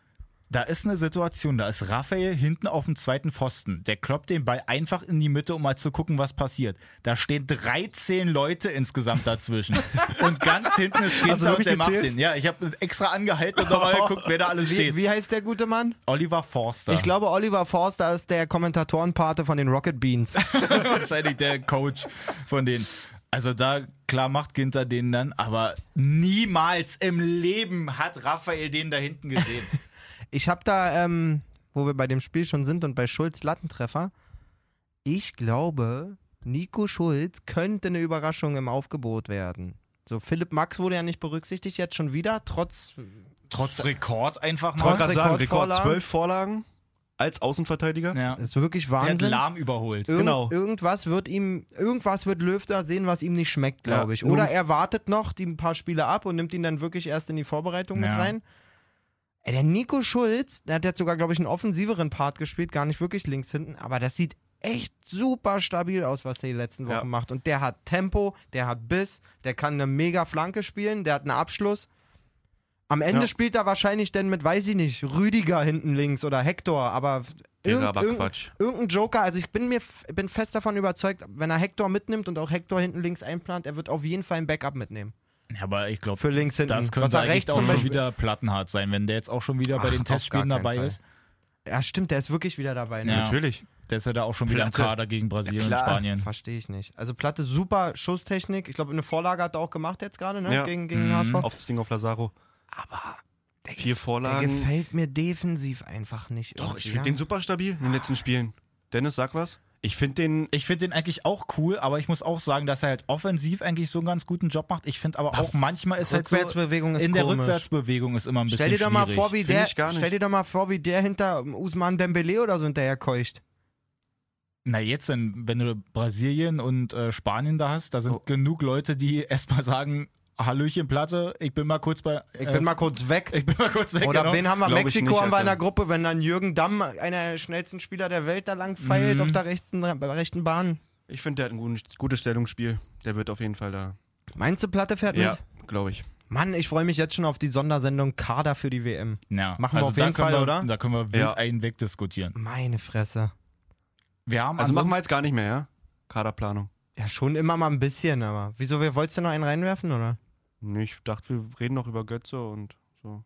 Speaker 3: da ist eine Situation, da ist Raphael hinten auf dem zweiten Pfosten. Der kloppt den Ball einfach in die Mitte, um mal zu gucken, was passiert. Da stehen 13 Leute insgesamt dazwischen. und ganz hinten ist Ginter
Speaker 4: Hast du
Speaker 3: und
Speaker 4: wirklich
Speaker 3: der macht
Speaker 4: gezählt?
Speaker 3: den. Ja, ich habe extra angehalten und nochmal geguckt, wer da alles
Speaker 5: wie,
Speaker 3: steht.
Speaker 5: wie heißt der gute Mann?
Speaker 3: Oliver Forster.
Speaker 5: Ich glaube, Oliver Forster ist der Kommentatorenpate von den Rocket Beans.
Speaker 3: wahrscheinlich der Coach von denen. Also da, klar macht Ginter den dann, aber niemals im Leben hat Raphael den da hinten gesehen.
Speaker 5: Ich habe da, ähm, wo wir bei dem Spiel schon sind und bei Schulz Lattentreffer, ich glaube, Nico Schulz könnte eine Überraschung im Aufgebot werden. So, Philipp Max wurde ja nicht berücksichtigt, jetzt schon wieder, trotz
Speaker 3: Trotz Rekord einfach
Speaker 4: Ich wollte
Speaker 3: mal.
Speaker 5: Trotz
Speaker 4: gerade sagen, Rekord
Speaker 5: Rekordvorlagen.
Speaker 4: 12 Vorlagen als Außenverteidiger.
Speaker 3: Ja.
Speaker 5: Das ist wirklich
Speaker 3: Der hat
Speaker 5: Wahnsinn.
Speaker 3: lahm überholt.
Speaker 5: Irgend,
Speaker 4: genau.
Speaker 5: Irgendwas wird ihm, irgendwas wird Löw da sehen, was ihm nicht schmeckt,
Speaker 4: Ja,
Speaker 5: glaube ich.
Speaker 4: nur-
Speaker 5: Oder er wartet noch die ein paar Spiele ab und nimmt ihn dann wirklich erst in die Vorbereitung
Speaker 3: Ja.
Speaker 5: mit rein. Ey, der Nico Schulz, der hat jetzt sogar, glaube ich, einen offensiveren Part gespielt, gar nicht wirklich links hinten, aber das sieht echt super stabil aus, was der die letzten Wochen
Speaker 4: Ja.
Speaker 5: macht. Und der hat Tempo, der hat Biss, der kann eine mega Flanke spielen, der hat einen Abschluss. Am Ende
Speaker 4: Ja.
Speaker 5: spielt er wahrscheinlich dann mit, weiß ich nicht, Rüdiger hinten links oder Hector, aber
Speaker 4: Wäre
Speaker 5: irgend-
Speaker 4: aber
Speaker 5: irgend-
Speaker 4: Quatsch.
Speaker 5: irgendein Joker. Also ich bin mir f- bin fest davon überzeugt, wenn er Hector mitnimmt und auch Hector hinten links einplant, er wird auf jeden Fall ein Backup mitnehmen.
Speaker 3: Ja, aber ich glaube,
Speaker 5: Für links hinten.
Speaker 3: das
Speaker 5: Was
Speaker 3: könnte
Speaker 5: er
Speaker 3: eigentlich
Speaker 5: rechts
Speaker 3: auch
Speaker 5: zum
Speaker 3: schon
Speaker 5: Beispiel-
Speaker 3: wieder plattenhart sein, wenn der jetzt auch schon wieder bei
Speaker 5: Ach,
Speaker 3: den
Speaker 5: auf
Speaker 3: Testspielen
Speaker 5: gar keinen
Speaker 3: dabei
Speaker 5: Fall.
Speaker 3: ist.
Speaker 5: Ja, stimmt, der ist wirklich wieder dabei. Ne?
Speaker 3: Ja.
Speaker 4: Natürlich.
Speaker 3: Der ist ja da auch schon wieder im
Speaker 4: Platte.
Speaker 3: Kader gegen Brasilien und
Speaker 4: Klar.
Speaker 3: Spanien.
Speaker 5: Verstehe ich nicht. Also Platte, super Schusstechnik. Ich glaube, eine Vorlage hat er auch gemacht jetzt gerade, ne?
Speaker 4: Ja.
Speaker 5: Gegen, gegen
Speaker 3: Mhm.
Speaker 5: HSV.
Speaker 4: Auf das Ding auf Lazaro.
Speaker 5: Aber der,
Speaker 4: Vier
Speaker 5: der
Speaker 4: Vorlagen.
Speaker 5: gefällt mir defensiv einfach nicht.
Speaker 4: Doch,
Speaker 5: irgendwie,
Speaker 4: ich finde
Speaker 5: ja?
Speaker 4: den super stabil in den letzten Spielen. Dennis, sag was. Ich finde den.
Speaker 3: Ich finde den eigentlich auch cool, aber ich muss auch sagen, dass er halt offensiv eigentlich so einen ganz guten Job macht. Ich finde aber auch manchmal ist halt so,
Speaker 5: Rückwärtsbewegung ist
Speaker 3: in der
Speaker 5: komisch.
Speaker 3: Rückwärtsbewegung ist immer ein bisschen
Speaker 5: Stell dir doch mal
Speaker 3: schwierig.
Speaker 5: vor, wie
Speaker 4: Find
Speaker 5: der,
Speaker 4: ich gar nicht.
Speaker 5: stell dir doch mal vor, wie der hinter Usman Dembele oder so hinterher keucht.
Speaker 3: Na jetzt, denn, wenn du Brasilien und äh, Spanien da hast, da sind
Speaker 5: Oh.
Speaker 3: genug Leute, die erstmal sagen, Hallöchen Platte, ich bin mal kurz bei...
Speaker 5: Ich
Speaker 3: äh,
Speaker 5: bin mal kurz weg.
Speaker 3: ich bin mal kurz weg.
Speaker 5: Oder
Speaker 3: genau.
Speaker 5: wen haben wir?
Speaker 4: Glaub ich
Speaker 5: Mexiko
Speaker 4: nicht,
Speaker 5: haben wir in
Speaker 4: Alter.
Speaker 5: der Gruppe, wenn dann Jürgen Damm, einer der schnellsten Spieler der Welt, da lang feilt
Speaker 3: Mhm.
Speaker 5: auf der rechten, rechten Bahn.
Speaker 4: Ich finde, der hat ein guten, gutes Stellungsspiel. Der wird auf jeden Fall da.
Speaker 5: Meinst du, Platte fährt
Speaker 4: Ja,
Speaker 5: mit?
Speaker 4: glaube ich.
Speaker 5: Mann, ich freue mich jetzt schon auf die Sondersendung Kader für die WM.
Speaker 3: Ja.
Speaker 5: Machen wir auf
Speaker 3: also da
Speaker 5: jeden
Speaker 3: können
Speaker 5: Fall,
Speaker 3: wir,
Speaker 5: oder?
Speaker 3: Da können wir wild
Speaker 4: Ja.
Speaker 3: einen wegdiskutieren.
Speaker 5: Meine Fresse.
Speaker 3: Wir haben
Speaker 4: Also
Speaker 3: ansonsten-
Speaker 4: machen wir jetzt gar nicht mehr, ja? Kaderplanung.
Speaker 5: Ja, schon immer mal ein bisschen, aber. Wieso, wer- wolltest du noch einen reinwerfen, oder?
Speaker 4: Nee, ich dachte, wir reden noch über Götze und so.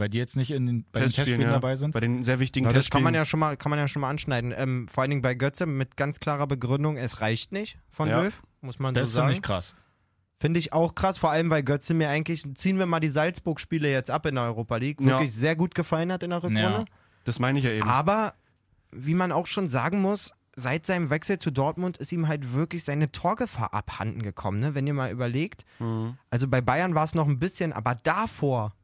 Speaker 3: weil die jetzt nicht in den, bei den
Speaker 4: Testspielen,
Speaker 3: Testspielen
Speaker 4: ja.
Speaker 3: dabei sind.
Speaker 4: Bei den sehr wichtigen
Speaker 5: Ja, das kann
Speaker 4: Testspielen.
Speaker 5: man ja schon mal, kann man ja schon mal anschneiden. Ähm, vor allen Dingen bei Götze mit ganz klarer Begründung, es reicht nicht von
Speaker 4: Ja.
Speaker 5: Löw, muss man
Speaker 3: Das
Speaker 5: so sagen.
Speaker 3: finde ich krass.
Speaker 5: Finde ich auch krass, vor allem weil Götze mir eigentlich, ziehen wir mal die Salzburg-Spiele jetzt ab in der Europa League,
Speaker 4: Ja.
Speaker 5: wirklich sehr gut gefallen hat in der Rückrunde.
Speaker 4: Das meine ich ja eben.
Speaker 5: Aber wie man auch schon sagen muss, seit seinem Wechsel zu Dortmund ist ihm halt wirklich seine Torgefahr abhanden gekommen, ne? wenn ihr mal überlegt.
Speaker 4: Mhm.
Speaker 5: Also bei Bayern war es noch ein bisschen, aber davor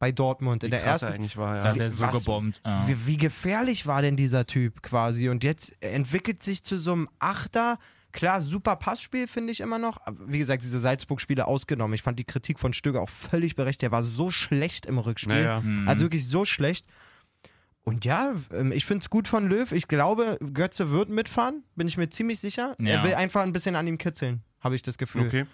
Speaker 5: bei Dortmund in
Speaker 4: Wie
Speaker 5: der
Speaker 4: krass er
Speaker 5: ersten
Speaker 4: eigentlich war,
Speaker 3: Da
Speaker 4: ja.
Speaker 3: hat er so
Speaker 5: was-
Speaker 3: gebombt. Ja.
Speaker 5: wie, wie gefährlich war denn dieser Typ quasi? Und jetzt entwickelt sich zu so einem Achter. Klar, super Passspiel finde ich immer noch. Aber Wie gesagt, diese Salzburg-Spiele ausgenommen. Ich fand die Kritik von Stöger auch völlig berechtigt. Der war so schlecht im Rückspiel.
Speaker 4: Naja.
Speaker 3: Mhm.
Speaker 5: Also wirklich so schlecht. Und ja, ähm, ich finde es gut von Löw. Ich glaube, Götze wird mitfahren, bin ich mir ziemlich sicher.
Speaker 3: Ja.
Speaker 5: Er will einfach ein bisschen an ihm kitzeln, habe ich das Gefühl.
Speaker 4: Okay.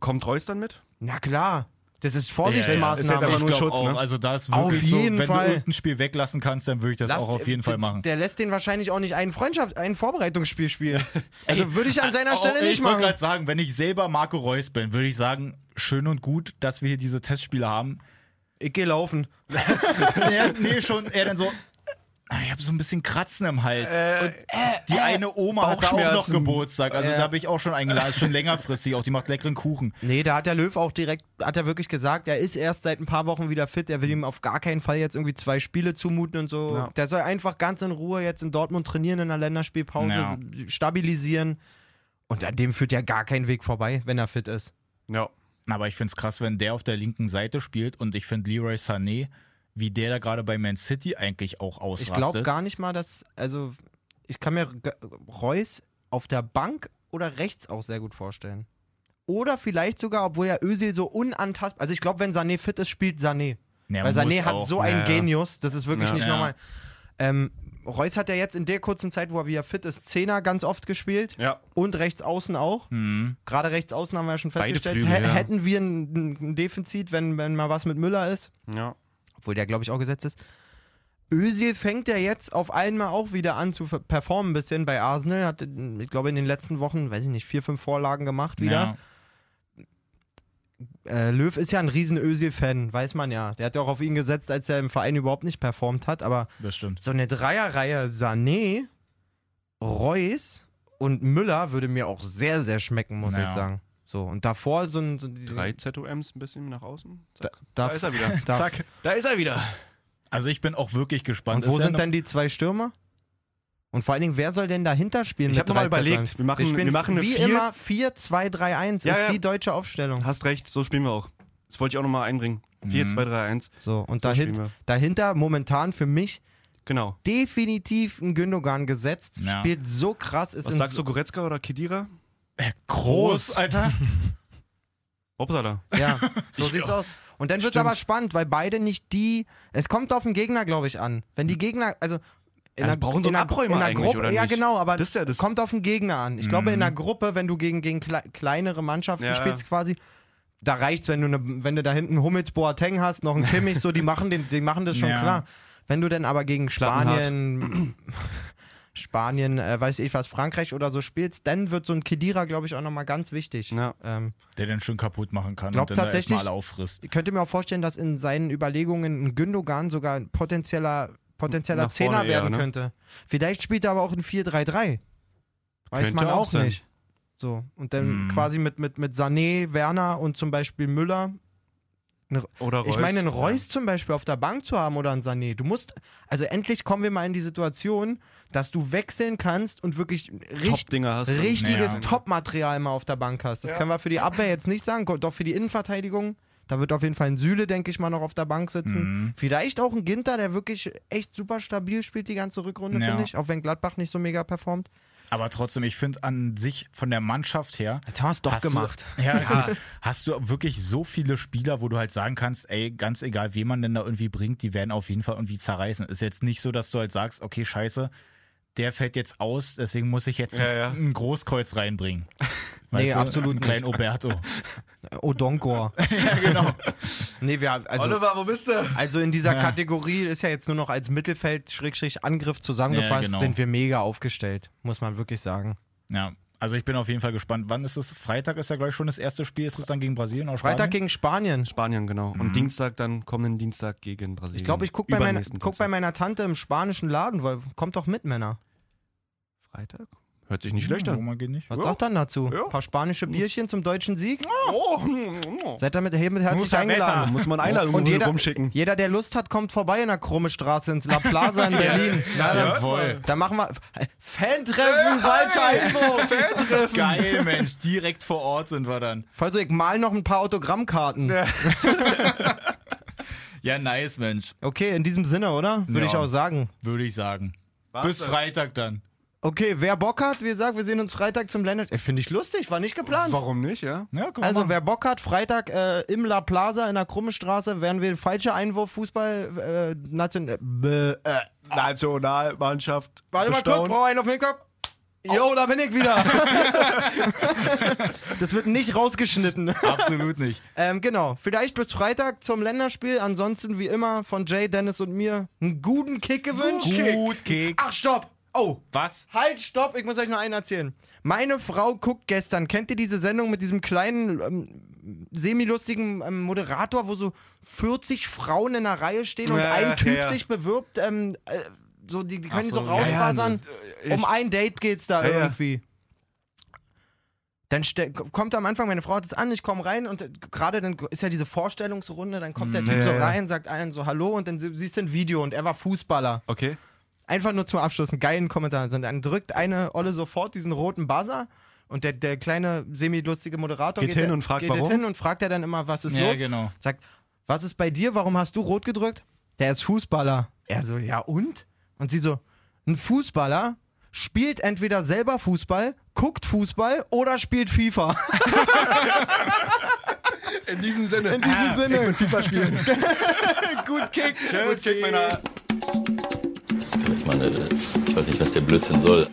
Speaker 4: Kommt Reus dann mit?
Speaker 5: Na klar, das ist
Speaker 3: Ja, ist jetzt
Speaker 5: Vorsichtsmaßnahme.
Speaker 3: aber
Speaker 4: Ich
Speaker 3: nur
Speaker 4: glaub
Speaker 3: Schutz,
Speaker 4: auch.
Speaker 3: ne? Also da ist
Speaker 5: Auf
Speaker 3: wirklich so,
Speaker 5: jeden
Speaker 3: wenn
Speaker 5: Fall.
Speaker 3: du irgendein Spiel weglassen kannst, dann würde ich das
Speaker 5: Lasst- äh,
Speaker 3: auch auf jeden Fall machen.
Speaker 5: Der lässt den wahrscheinlich auch nicht einen Freundschaft, ein Vorbereitungsspiel spielen. Also würde ich an seiner
Speaker 3: Oh,
Speaker 5: Stelle
Speaker 3: ich
Speaker 5: nicht
Speaker 3: wollte
Speaker 5: machen.
Speaker 3: gerade sagen, wenn ich selber Marco Reus bin, würde ich sagen, schön und gut, dass wir hier diese Testspiele haben.
Speaker 5: Ich gehe laufen.
Speaker 3: nee, nee, schon eher dann so, ah, ich habe so ein bisschen Kratzen im Hals. und äh, die eine Oma hat da auch noch
Speaker 4: Bauchschmerzen.
Speaker 3: Geburtstag, also
Speaker 5: Äh.
Speaker 3: da bin ich auch schon eingeladen, ist schon längerfristig auch, die macht leckeren Kuchen.
Speaker 5: Nee, da hat der Löw auch direkt, hat er wirklich gesagt, er ist erst seit ein paar Wochen wieder fit, er will ihm auf gar keinen Fall jetzt irgendwie zwei Spiele zumuten und so.
Speaker 4: Ja.
Speaker 5: Der soll einfach ganz in Ruhe jetzt in Dortmund trainieren in der Länderspielpause,
Speaker 3: Ja.
Speaker 5: stabilisieren. Und an dem führt ja gar kein Weg vorbei, wenn er fit ist.
Speaker 4: Ja.
Speaker 3: Aber ich finde es krass, wenn der auf der linken Seite spielt und ich finde Leroy Sané, wie der da gerade bei Man City eigentlich auch
Speaker 5: Ich
Speaker 3: ausrastet.
Speaker 5: glaube gar nicht mal, dass, also ich kann mir G- Reus auf der Bank oder rechts auch sehr gut vorstellen. Oder vielleicht sogar, obwohl ja Özil so unantastbar, also ich glaube, wenn Sané fit ist, spielt Sané.
Speaker 3: Nee,
Speaker 5: Weil
Speaker 3: muss
Speaker 5: Sané hat
Speaker 3: auch.
Speaker 5: so einen
Speaker 4: Ja, ja.
Speaker 5: Genius, das ist wirklich
Speaker 4: Ja.
Speaker 5: nicht
Speaker 3: Ja.
Speaker 5: normal. Ähm, Reus hat ja jetzt in der kurzen Zeit, wo er wieder fit ist, Zehner ganz oft gespielt
Speaker 4: Ja. Mhm.
Speaker 5: und rechts außen auch. Gerade rechts außen haben wir ja schon
Speaker 4: Beide
Speaker 5: festgestellt,
Speaker 4: Flügel,
Speaker 5: hä-
Speaker 4: ja.
Speaker 5: hätten wir ein, ein Defizit, wenn, wenn mal was mit Müller ist,
Speaker 4: Ja.
Speaker 5: obwohl der glaube ich auch gesetzt ist. Özil fängt ja jetzt auf einmal auch wieder an zu ver- performen ein bisschen bei Arsenal. Hat, ich glaube, in den letzten Wochen, weiß ich nicht, vier, fünf Vorlagen gemacht wieder.
Speaker 3: Ja.
Speaker 5: äh, Löw ist ja ein riesen Özil-Fan, weiß man ja. Der hat ja auch auf ihn gesetzt, als er im Verein überhaupt nicht performt hat. Aber
Speaker 3: Das stimmt.
Speaker 5: so eine Dreierreihe Sané, Reus und Müller würde mir auch sehr, sehr schmecken, muss
Speaker 3: Ja.
Speaker 5: ich sagen. So, und davor so ein... So ein-
Speaker 4: Drei ZOMs ein bisschen nach außen.
Speaker 5: Da,
Speaker 4: Zack.
Speaker 5: da,
Speaker 4: Da ist er wieder.
Speaker 5: da-
Speaker 3: Zack.
Speaker 4: Da ist er wieder.
Speaker 3: Also ich bin auch wirklich gespannt.
Speaker 5: Und wo
Speaker 3: Ist ja
Speaker 5: sind
Speaker 3: noch-
Speaker 5: denn die zwei Stürmer? Und vor allen Dingen, wer soll denn dahinter spielen?
Speaker 4: Ich
Speaker 5: mit
Speaker 4: hab noch mal
Speaker 5: 13?
Speaker 4: überlegt, wir machen-
Speaker 5: spielen
Speaker 4: wir machen eine
Speaker 5: wie
Speaker 4: Vier-
Speaker 5: immer 4-2-3-1
Speaker 4: Ja,
Speaker 5: ist
Speaker 4: ja.
Speaker 5: die deutsche Aufstellung.
Speaker 4: Hast recht, so spielen wir auch. Das wollte ich auch nochmal einbringen. 4, 2, 3, 1.
Speaker 5: So, und
Speaker 4: So spielen
Speaker 5: dahin,
Speaker 4: wir.
Speaker 5: dahinter momentan für mich
Speaker 4: Genau.
Speaker 5: definitiv ein Gündogan gesetzt.
Speaker 3: Ja.
Speaker 5: Spielt so krass. Ist
Speaker 4: Was
Speaker 5: in
Speaker 4: sagst
Speaker 5: so,
Speaker 4: du, Goretzka oder Kedira?
Speaker 3: äh, Groß, Alter.
Speaker 4: Hoppsala.
Speaker 5: Ja, so sieht's aus. Und dann wird's
Speaker 3: Stimmt.
Speaker 5: aber spannend, weil beide nicht die. Es kommt auf den Gegner, glaube ich, an. Wenn
Speaker 4: Hm.
Speaker 5: die Gegner, also in
Speaker 4: Ja, sie brauchen so einen Abräumer eigentlich,
Speaker 5: Gruppe,
Speaker 4: oder
Speaker 5: ja
Speaker 4: nicht?
Speaker 5: genau, aber
Speaker 4: Das ist ja das- Mhm.
Speaker 5: kommt auf den Gegner an. Ich glaube, in einer Gruppe, wenn du gegen, gegen kle kleinere Mannschaften
Speaker 4: Ja.
Speaker 5: spielst, quasi. Da reicht's, wenn du ne, wenn du da hinten Hummels, Boateng hast, noch einen Kimmich, so die machen den, die machen das schon
Speaker 3: Ja.
Speaker 5: klar. Wenn du denn aber gegen
Speaker 4: Plattenhart.
Speaker 5: Spanien, Spanien, äh, weiß ich was, Frankreich oder so spielst, dann wird so ein Kedira, glaube ich, auch nochmal ganz wichtig.
Speaker 4: Ja.
Speaker 5: Ähm,
Speaker 3: Der den schön kaputt machen kann
Speaker 5: Glaubt
Speaker 3: und dann da
Speaker 5: tatsächlich-
Speaker 3: erstmal alle auffrisst.
Speaker 5: ich könnte mir auch vorstellen, dass in seinen Überlegungen ein Gündogan sogar ein potenzieller, potenzieller
Speaker 4: Nach vorne
Speaker 5: Zehner
Speaker 4: eher,
Speaker 5: werden
Speaker 4: ne?
Speaker 5: könnte. Vielleicht spielt er aber auch ein 4-3-3. Weiß
Speaker 4: Könnte
Speaker 5: man
Speaker 4: auch
Speaker 5: auch
Speaker 4: sein. Hm.
Speaker 5: nicht. So, und dann quasi mit, mit, mit Sané, Werner und zum Beispiel Müller.
Speaker 4: Oder Reus.
Speaker 5: Ich meine, einen Reus zum Beispiel auf der Bank zu haben oder einen Sané. Du musst, also endlich kommen wir mal in die Situation, dass du wechseln kannst und wirklich richtig,
Speaker 4: Äh, Top-Dinger hast du.
Speaker 5: richtiges
Speaker 3: Ja.
Speaker 5: Top-Material mal auf der Bank hast. Das können wir für die Abwehr jetzt nicht sagen, doch für die Innenverteidigung. Da wird auf jeden Fall ein Süle, denke ich mal, noch auf der Bank sitzen. Vielleicht auch ein Ginter, der wirklich echt super stabil spielt die ganze Rückrunde,
Speaker 3: Ja.
Speaker 5: finde ich. Auch wenn Gladbach nicht so mega performt.
Speaker 3: Aber trotzdem, ich finde an sich von der Mannschaft her.
Speaker 5: Jetzt haben wir es doch gemacht.
Speaker 3: Du, ja, ja, hast du wirklich so viele Spieler, wo du halt sagen kannst, ey, ganz egal, wen man denn da irgendwie bringt, die werden auf jeden Fall irgendwie zerreißen. Ist jetzt nicht so, dass du halt sagst, okay, scheiße, der fällt jetzt aus, deswegen muss ich jetzt
Speaker 4: Ja, ja.
Speaker 3: ein, ein Großkreuz reinbringen.
Speaker 5: Nee,
Speaker 3: weißt du?
Speaker 5: absolut
Speaker 3: Einen kleinen Oberto.
Speaker 5: Odonkor.
Speaker 3: ja, genau.
Speaker 5: Nee, wir, also,
Speaker 4: Oliver, wo bist du?
Speaker 5: also in dieser
Speaker 3: Ja.
Speaker 5: Kategorie ist ja jetzt nur noch als Mittelfeld-Angriff
Speaker 3: Ja,
Speaker 5: zusammengefasst,
Speaker 3: genau.
Speaker 5: sind wir mega aufgestellt, muss man wirklich sagen.
Speaker 3: Ja. Also ich bin auf jeden Fall gespannt. Wann ist es? Freitag ist ja gleich schon das erste Spiel. Ist es dann gegen Brasilien oder
Speaker 5: Freitag
Speaker 3: Spanien?
Speaker 5: gegen Spanien.
Speaker 4: Spanien, genau. Und Dienstag dann, kommenden Dienstag gegen Brasilien.
Speaker 5: Mhm. Ich glaube, ich gucke bei, meiner-
Speaker 4: Übernächsten
Speaker 5: guck bei
Speaker 4: Dienstag.
Speaker 5: meiner Tante im spanischen Laden, weil kommt doch mit, Männer.
Speaker 4: Freitag? Hört sich nicht schlecht
Speaker 3: Ja,
Speaker 5: Mhm.
Speaker 4: an.
Speaker 3: Roma geht nicht.
Speaker 5: Was sagt dann dazu? Ein paar spanische Bierchen zum deutschen Sieg?
Speaker 4: Oh,
Speaker 5: Seid damit hiermit herzlich
Speaker 3: Musa
Speaker 5: eingeladen.
Speaker 3: Wetter.
Speaker 4: muss man einer
Speaker 5: Und
Speaker 4: irgendwo
Speaker 5: jeder,
Speaker 4: rumschicken.
Speaker 5: jeder, der Lust hat, kommt vorbei in der Krumme Straße ins La Plaza in Berlin. Na, dann,
Speaker 3: Jawohl.
Speaker 5: dann machen wir Fantreffen, falscher Einwurf. Fantreffen.
Speaker 3: Geil, Mensch. Direkt vor Ort sind wir dann.
Speaker 5: Also ich mal noch ein paar Autogrammkarten.
Speaker 3: Ja, nice, Mensch.
Speaker 5: Okay, in diesem Sinne, oder? Würde
Speaker 3: Ja.
Speaker 5: ich auch sagen.
Speaker 3: Würde ich sagen. Bis
Speaker 4: das?
Speaker 3: Freitag dann.
Speaker 5: Okay, wer Bock hat, wie gesagt, wir sehen uns Freitag zum Leonard. Äh, Finde ich lustig, war nicht geplant.
Speaker 4: Warum nicht, ja?
Speaker 3: Ja, guck
Speaker 5: Also, wer Bock hat, Freitag äh, im La Plaza in der Krumme Straße werden wir falscher Einwurf Fußball äh, nation. Äh, bäh, äh,
Speaker 4: Nationalmannschaft.
Speaker 5: warte mal kurz, brauche einen auf den Kopf. Jo, da bin ich wieder. das wird nicht rausgeschnitten.
Speaker 3: Absolut nicht.
Speaker 5: Ähm, genau, vielleicht bis Freitag zum Länderspiel. Ansonsten, wie immer, von Jay, Dennis und mir einen guten Kick gewünscht.
Speaker 3: Gut, Kick.
Speaker 5: Ach, stopp! Oh,
Speaker 3: Was?
Speaker 5: Halt, stopp, ich muss euch noch einen erzählen. Meine Frau guckt gestern, kennt ihr diese Sendung mit diesem kleinen, ähm, semi-lustigen ähm, Moderator, wo so 40 Frauen in einer Reihe stehen und
Speaker 4: Ja, ja,
Speaker 5: ein Typ
Speaker 4: ja, ja.
Speaker 5: sich bewirbt, ähm, äh, so, die, die können
Speaker 4: Ach
Speaker 5: die
Speaker 4: so,
Speaker 5: so
Speaker 4: ja, ja,
Speaker 5: rausfasern.
Speaker 4: ich-
Speaker 5: um ein Date geht's da
Speaker 4: Ja, ja.
Speaker 5: irgendwie. Dann ste- kommt am Anfang, meine Frau hat es an, ich komme rein und äh, gerade dann ist ja diese Vorstellungsrunde, dann kommt der Typ
Speaker 4: ja,
Speaker 5: so
Speaker 4: Mhm. ja.
Speaker 5: rein, sagt allen so Hallo und dann sie- siehst du ein Video und er war Fußballer.
Speaker 4: Okay.
Speaker 5: Einfach nur zum Abschluss einen geilen Kommentar. Und dann drückt eine Olle sofort diesen roten Buzzer und der, der kleine, semi-lustige Moderator
Speaker 4: Geht hin
Speaker 5: da-
Speaker 4: und fragt,
Speaker 5: geht
Speaker 4: warum?
Speaker 5: hin und fragt er dann immer, was ist
Speaker 3: Ja,
Speaker 5: los?
Speaker 3: genau.
Speaker 5: Sagt, was ist bei dir? Warum hast du rot gedrückt? Der ist Fußballer. Er so, ja und? Und sie so, ein Fußballer spielt entweder selber Fußball, guckt Fußball oder spielt FIFA.
Speaker 4: In diesem Sinne.
Speaker 5: In
Speaker 3: Ah.
Speaker 5: diesem Sinne. FIFA spielen.
Speaker 4: Gut Kick. Gut Kick, meiner.
Speaker 8: äh, Ich meine, ich weiß nicht, was der Blödsinn soll.